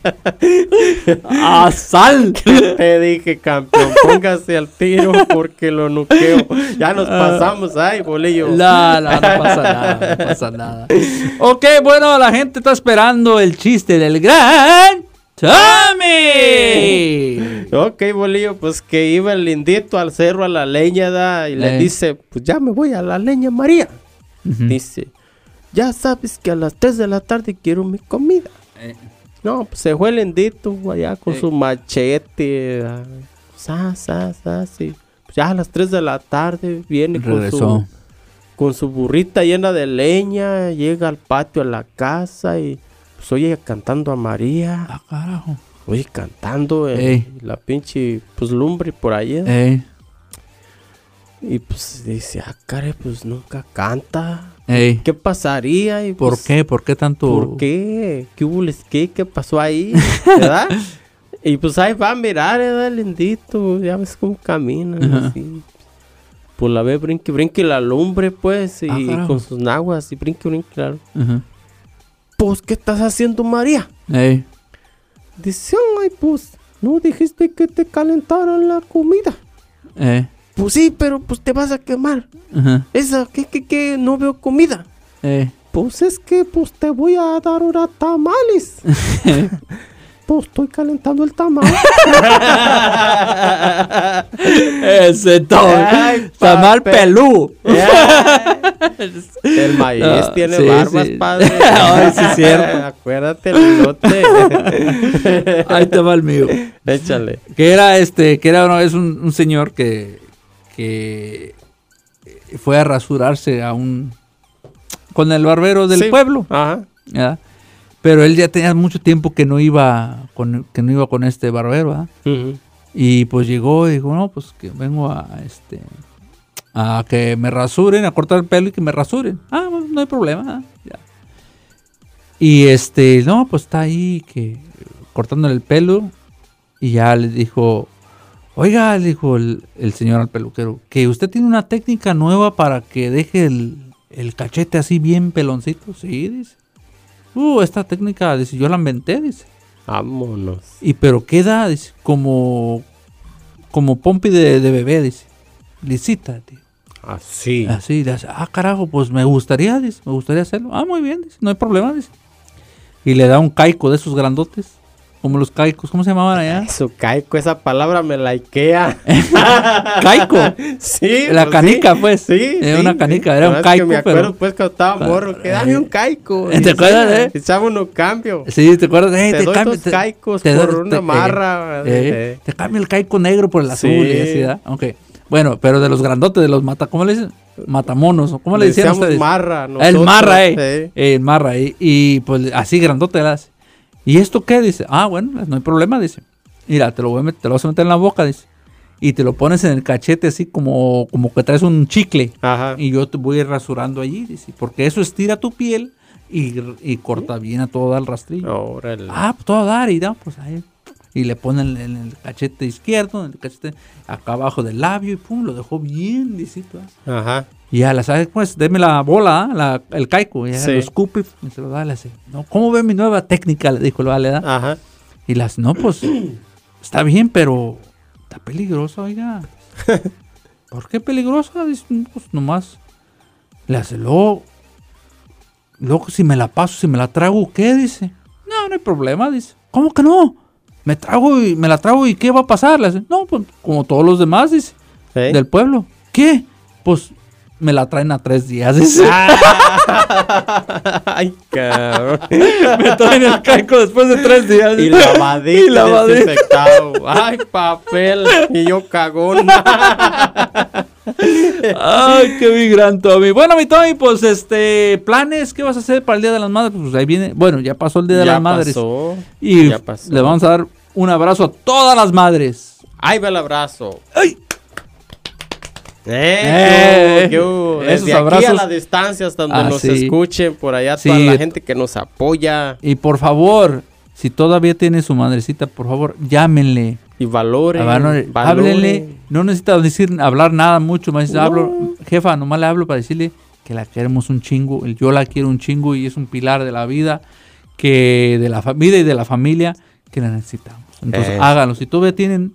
S6: ¡A Ah, sal!
S7: Te dije, campeón, póngase al tiro porque lo nuqueo. Ya nos pasamos. Ay, bolillo.
S6: No, no, no pasa nada, no pasa nada. Ok, bueno, la gente está esperando el chiste del gran Tommy.
S7: Ok, bolillo, pues que iba el lindito al cerro a la leña da, y le
S6: Eh.
S7: dice, pues ya me voy a la leña María. Dice, ya sabes que a las 3 de la tarde quiero mi comida.
S6: Eh.
S7: No, pues se fue el lindito allá con
S6: Eh.
S7: su machete. ah, Sa, sa, sa, sí. Pues ya a las 3 de la tarde viene con su,
S6: Regresó.
S7: con su burrita llena de leña, llega al patio a la casa y pues oye cantando a María.
S6: Ah, carajo.
S7: Oye, cantando en
S6: Ey.
S7: la pinche pues lumbre por allá.
S6: Ey,
S7: Y pues dice, ah, caray, pues nunca canta.
S6: ey.
S7: ¿Qué pasaría? Y,
S6: ¿Por
S7: pues,
S6: qué? ¿Por qué tanto?
S7: ¿Por qué? ¿Qué hubo les qué? ¿Qué pasó ahí? ¿Verdad? y pues ahí va a mirar, ¿verdad? Lindito, ya ves cómo camina.
S6: Ajá.
S7: así. Pues la ve, brinque, brinque la lumbre, pues, y,
S6: Ah, carajo.
S7: con sus naguas, y brinque, brinque la lumbre.
S6: Ajá.
S7: Pues, ¿qué estás haciendo, María?
S6: Ey.
S7: Dice, ay, pues, no dijiste que te calentaran la comida.
S6: Ey.
S7: Pues sí, pero pues te vas a quemar.
S6: Ajá.
S7: Esa, que, que, que, no veo comida.
S6: Ey.
S7: Pues es que pues te voy a dar ahora tamales. pues estoy calentando el tamal.
S6: Ese Tommy.
S7: Ay,
S6: Está mal
S7: papel.
S6: pelú.
S7: el maíz
S6: Ah,
S7: tiene
S6: sí,
S7: barbas,
S6: sí.
S7: padre.
S6: Ay, sí, es cierto.
S7: Acuérdate el bigote.
S6: Ahí te va el mío.
S7: Échale.
S6: Que era este, que era una vez un, un señor que, que fue a rasurarse a un con el barbero del
S7: Sí,
S6: pueblo.
S7: Ajá.
S6: ¿verdad? Pero él ya tenía mucho tiempo que no iba con, que no iba con este barbero, ¿verdad?
S7: Ujú.
S6: Y pues llegó y dijo, no, pues que vengo a este a que me rasuren, a cortar el pelo y que me rasuren. Ah, bueno, no hay problema. ah, ya. Y este, no, pues está ahí que cortándole el pelo. Y ya le dijo, oiga, le dijo el, el señor al peluquero, que usted tiene una técnica nueva para que deje el, el cachete así bien peloncito. Sí, dice. Uh, esta técnica, dice, yo la inventé, dice.
S7: Vámonos.
S6: Y pero queda, dice, como, como Pompi de, de bebé, dice. Lisita, tío.
S7: Así.
S6: Así, le hace, ah, carajo, pues me gustaría, dice, me gustaría hacerlo. Ah, muy bien, dice, no hay problema, dice. Y le da un caico de esos grandotes. Como los caicos, ¿cómo se llamaban allá?
S7: Eso, caico, esa palabra me la ikea.
S6: Caico.
S7: sí.
S6: La canica,
S7: sí.
S6: pues.
S7: Sí.
S6: Era
S7: sí,
S6: una
S7: sí.
S6: canica, era
S7: La
S6: un
S7: verdad es que
S6: caico,
S7: me acuerdo,
S6: pero-
S7: pues, cuando estaba
S6: pero-
S7: morro, que dame un caico.
S6: ¿Te acuerdas, eh?
S7: Echaba unos cambios.
S6: Sí, te acuerdas, Eh,
S7: Te
S6: te
S7: doy
S6: cambio-
S7: dos caicos
S6: te
S7: por
S6: doy-
S7: una
S6: te-
S7: marra,
S6: eh,
S7: eh.
S6: Te cambio el caico negro por el azul
S7: Sí.
S6: y así, ¿verdad? Ok. Bueno, pero de los grandotes, de los mata, ¿cómo le dicen? Matamonos, ¿o ¿cómo le
S7: Le
S6: decían
S7: decíamos
S6: ustedes? Ah,
S7: marra,
S6: el
S7: nosotros,
S6: marra, eh.
S7: eh.
S6: Eh, El marra, eh. Y pues así grandote le hace. ¿Y esto qué? Dice, ah, bueno, no hay problema, dice. Mira, te lo, voy a met- te lo vas a meter en la boca, dice. Y te lo pones en el cachete así como, como que traes un chicle.
S7: Ajá.
S6: Y yo te voy a ir rasurando allí, dice. Porque eso estira tu piel y, y corta bien a todo dar el rastrillo.
S7: Oh. Órale.
S6: Ah, pues todo a dar y da, pues ahí. Y le ponen en el cachete izquierdo, en el cachete acá abajo del labio y pum, lo dejó bien lisito. ¿eh?
S7: Ajá.
S6: Y ya la sabes, pues, deme la bola, ¿ah? la- el caico. Y ya
S7: Sí.
S6: lo escupe y se lo da, le hace. No, ¿Cómo ve mi nueva técnica? Le dijo, le da.
S7: Ajá.
S6: Y las, no, pues, está bien, pero está peligroso, oiga. ¿Por qué peligroso? Dice, "No, pues nomás. Le hace, luego, luego si me la paso, si me la trago, ¿qué? Dice. No, no hay problema, dice. ¿Cómo que no? Me trago y me la trago y ¿qué va a pasar? Le hace, no, pues como todos los demás, dice.
S7: ¿Eh?
S6: Del pueblo. ¿Qué? Pues me la traen a tres días, dice.
S7: Ah. Ay, cabrón.
S6: me traen el caico después de tres días.
S7: Y lavadito,
S6: Y lavadito.
S7: desinfectado. Ay, papel. Y yo cagón.
S6: Ay, qué mi gran Tommy. Bueno, mi Tommy, pues este, planes, ¿qué vas a hacer para el Día de las Madres? Pues ahí viene, bueno, ya pasó el Día de
S7: Ya
S6: las Madres.
S7: pasó,
S6: y
S7: ya pasó.
S6: le vamos a dar un abrazo a todas las madres.
S7: Ahí va el abrazo.
S6: ¡Ay!
S7: Eh,
S6: Eh,
S7: ¿qué hubo?
S6: esos
S7: Desde aquí a
S6: abrazos.
S7: las distancias donde
S6: Ah,
S7: nos
S6: sí.
S7: escuchen, por allá
S6: Sí.
S7: toda la gente que nos apoya
S6: Y por favor, si todavía tiene su madrecita, por favor, llámenle.
S7: y valore,
S6: Háblenle, Ah, háblenle. no necesita decir, hablar nada mucho, más hablo, jefa, nomás le hablo para decirle que la queremos un chingo, el yo la quiero un chingo y es un pilar de la vida, que de la fa- vida y de la familia que la necesitamos. Entonces
S7: Eso.
S6: háganlo, si todavía tienen,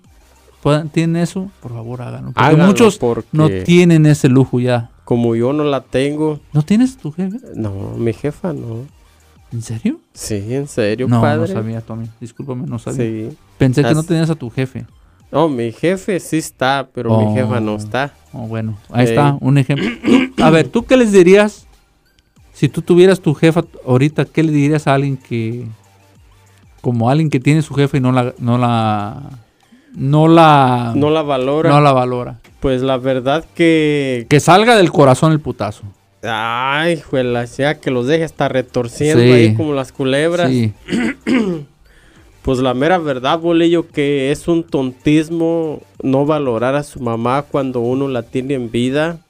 S6: puedan- tienen eso, por favor háganlo. Porque
S7: Háganlo,
S6: muchos
S7: porque-
S6: no tienen ese lujo ya.
S7: Como yo no la tengo,
S6: ¿No tienes tu jefe?
S7: no, mi jefa no.
S6: ¿En serio?
S7: Sí, en serio,
S6: no,
S7: padre.
S6: no sabía, Tommy. Discúlpame, no sabía.
S7: Sí.
S6: Pensé que
S7: As-
S6: no tenías a tu jefe.
S7: No, mi jefe sí está, pero mi
S6: Oh.
S7: jefa no está.
S6: Oh, bueno, ahí
S7: Ey.
S6: está un ejemplo. Tú- A ver, ¿tú qué les dirías si tú tuvieras tu jefa ahorita? ¿Qué le dirías a alguien que, como alguien que tiene su jefe y no la, no la, no la,
S7: No la valora.
S6: no la valora?
S7: Pues la verdad que.
S6: Que salga del corazón el putazo.
S7: Ay, juela, sea que los deje hasta retorciendo
S6: Sí.
S7: ahí como las culebras.
S6: Sí,
S7: Pues la mera verdad, bolillo, que es un tontismo no valorar a su mamá cuando uno la tiene en vida.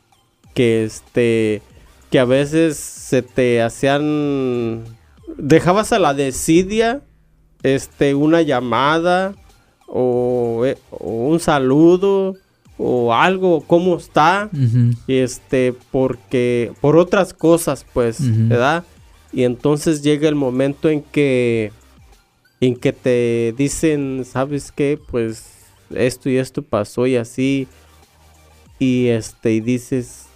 S7: Que este. Que a veces se te hacían. Dejabas a la desidia. Este, una llamada. O, eh, o un saludo. O algo. ¿Cómo está?
S6: ujú,
S7: este porque por otras cosas pues
S6: Ujú.
S7: verdad y entonces llega el momento en que en que te dicen sabes qué pues esto y esto pasó y así y este y dices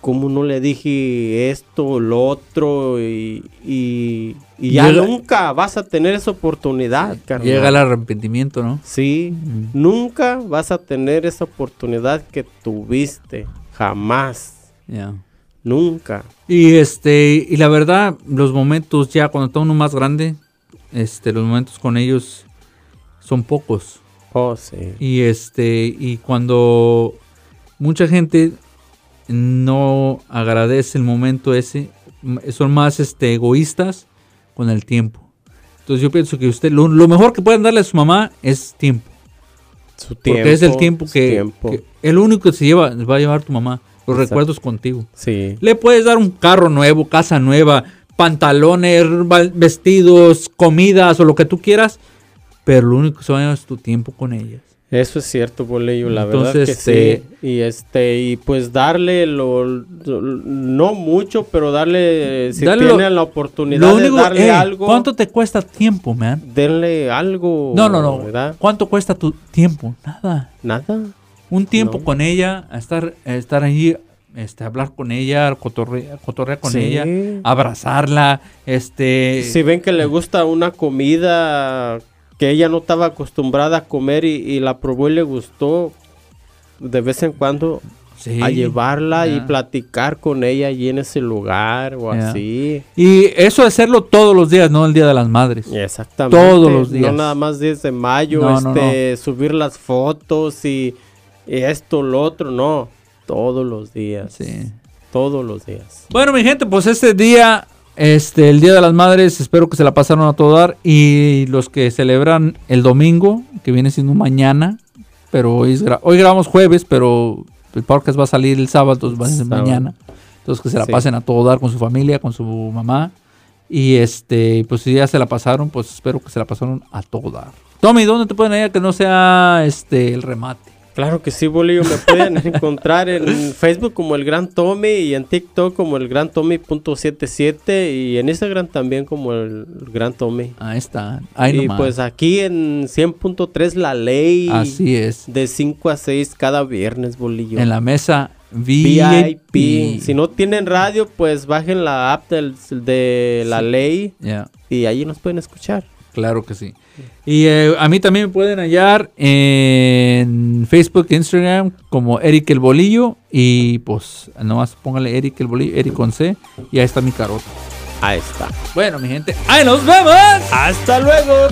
S7: cómo no le dije esto o lo otro y, y, y ya
S6: Llega-
S7: nunca vas a tener esa oportunidad carnal.
S6: Llega el arrepentimiento, ¿no?
S7: Sí,
S6: Mm.
S7: nunca vas a tener esa oportunidad que tuviste. Jamás.
S6: Ya.
S7: Nunca.
S6: Y este, y la verdad, los momentos ya cuando está uno más grande, este, los momentos con ellos son pocos.
S7: Oh, sí.
S6: Y este, y cuando mucha gente no agradece el momento ese, m- son más este, egoístas con el tiempo. Entonces yo pienso que usted, lo, lo mejor que pueden darle a su mamá es tiempo.
S7: Su tiempo.
S6: Porque es el tiempo
S7: su
S6: que,
S7: tiempo.
S6: que el único que se lleva, va a llevar tu mamá. Los
S7: Exacto.
S6: recuerdos contigo.
S7: Sí.
S6: Le puedes dar un carro nuevo, casa nueva, pantalones, val- vestidos, comidas o lo que tú quieras. Pero lo único que se va a llevar es tu tiempo con ellas.
S7: Eso es cierto, Boleyo, la verdad que
S6: Entonces, este-
S7: sí. Y este, y pues darle lo, lo- no mucho, pero darle, si
S6: Dale lo-
S7: tienen la oportunidad
S6: Lo único,
S7: de darle
S6: eh,
S7: algo,
S6: ¿Cuánto te cuesta tiempo, man?
S7: denle algo.
S6: No, no, no.
S7: ¿verdad?
S6: ¿Cuánto cuesta tu tiempo? Nada.
S7: Nada.
S6: Un tiempo
S7: No.
S6: con ella, a estar, a estar allí este, hablar con ella, cotorrear, cotorrear con
S7: Sí.
S6: ella, abrazarla, este...
S7: Si ven que le gusta una comida que ella no estaba acostumbrada a comer y, y la probó y le gustó, de vez en cuando
S6: sí,
S7: a llevarla y
S6: ya.
S7: platicar con ella allí en ese lugar o
S6: Ya.
S7: así.
S6: Y eso de hacerlo todos los días, no el Día de las Madres.
S7: Exactamente.
S6: Todos los días.
S7: No nada más 10 de mayo,
S6: No, no,
S7: este, subir las fotos y, y esto, lo otro, no. Todos los días.
S6: Sí.
S7: Todos los días.
S6: Bueno, mi gente, pues este día, este, el Día de las Madres, espero que se la pasaron a todo dar. Y los que celebran el domingo, que viene siendo mañana, pero hoy, es gra- hoy grabamos jueves, pero el podcast va a salir el sábado, entonces va a ser
S7: Sábado.
S6: mañana. Entonces que se la
S7: Sí.
S6: pasen a todo dar con su familia, con su mamá. Y este, pues si ya se la pasaron, pues espero que se la pasaron a todo dar. Tommy, ¿dónde te pueden ir que no sea este el remate?
S7: Claro que sí, Bolillo. Me pueden encontrar en Facebook como el Gran Tommy y en TikTok como el Gran Tommy.77 y en Instagram también como el Gran Tommy.
S6: Ahí está. Ahí
S7: y
S6: nomás.
S7: pues aquí en 100.3 La Ley.
S6: Así es.
S7: De 5 a 6 cada viernes, Bolillo.
S6: En la mesa
S7: VIP.
S6: VIP.
S7: Si no tienen radio, pues bajen la app del- de la ley
S6: Ya,
S7: y ahí nos pueden escuchar.
S6: claro que sí. Y eh, a mí también me pueden hallar en Facebook, Instagram, como Eric el Bolillo. Y pues, nomás póngale Eric el Bolillo, Eric con C. Y ahí está mi carota.
S7: Ahí está.
S6: Bueno, mi gente, ¡ahí nos vemos!
S7: Hasta luego.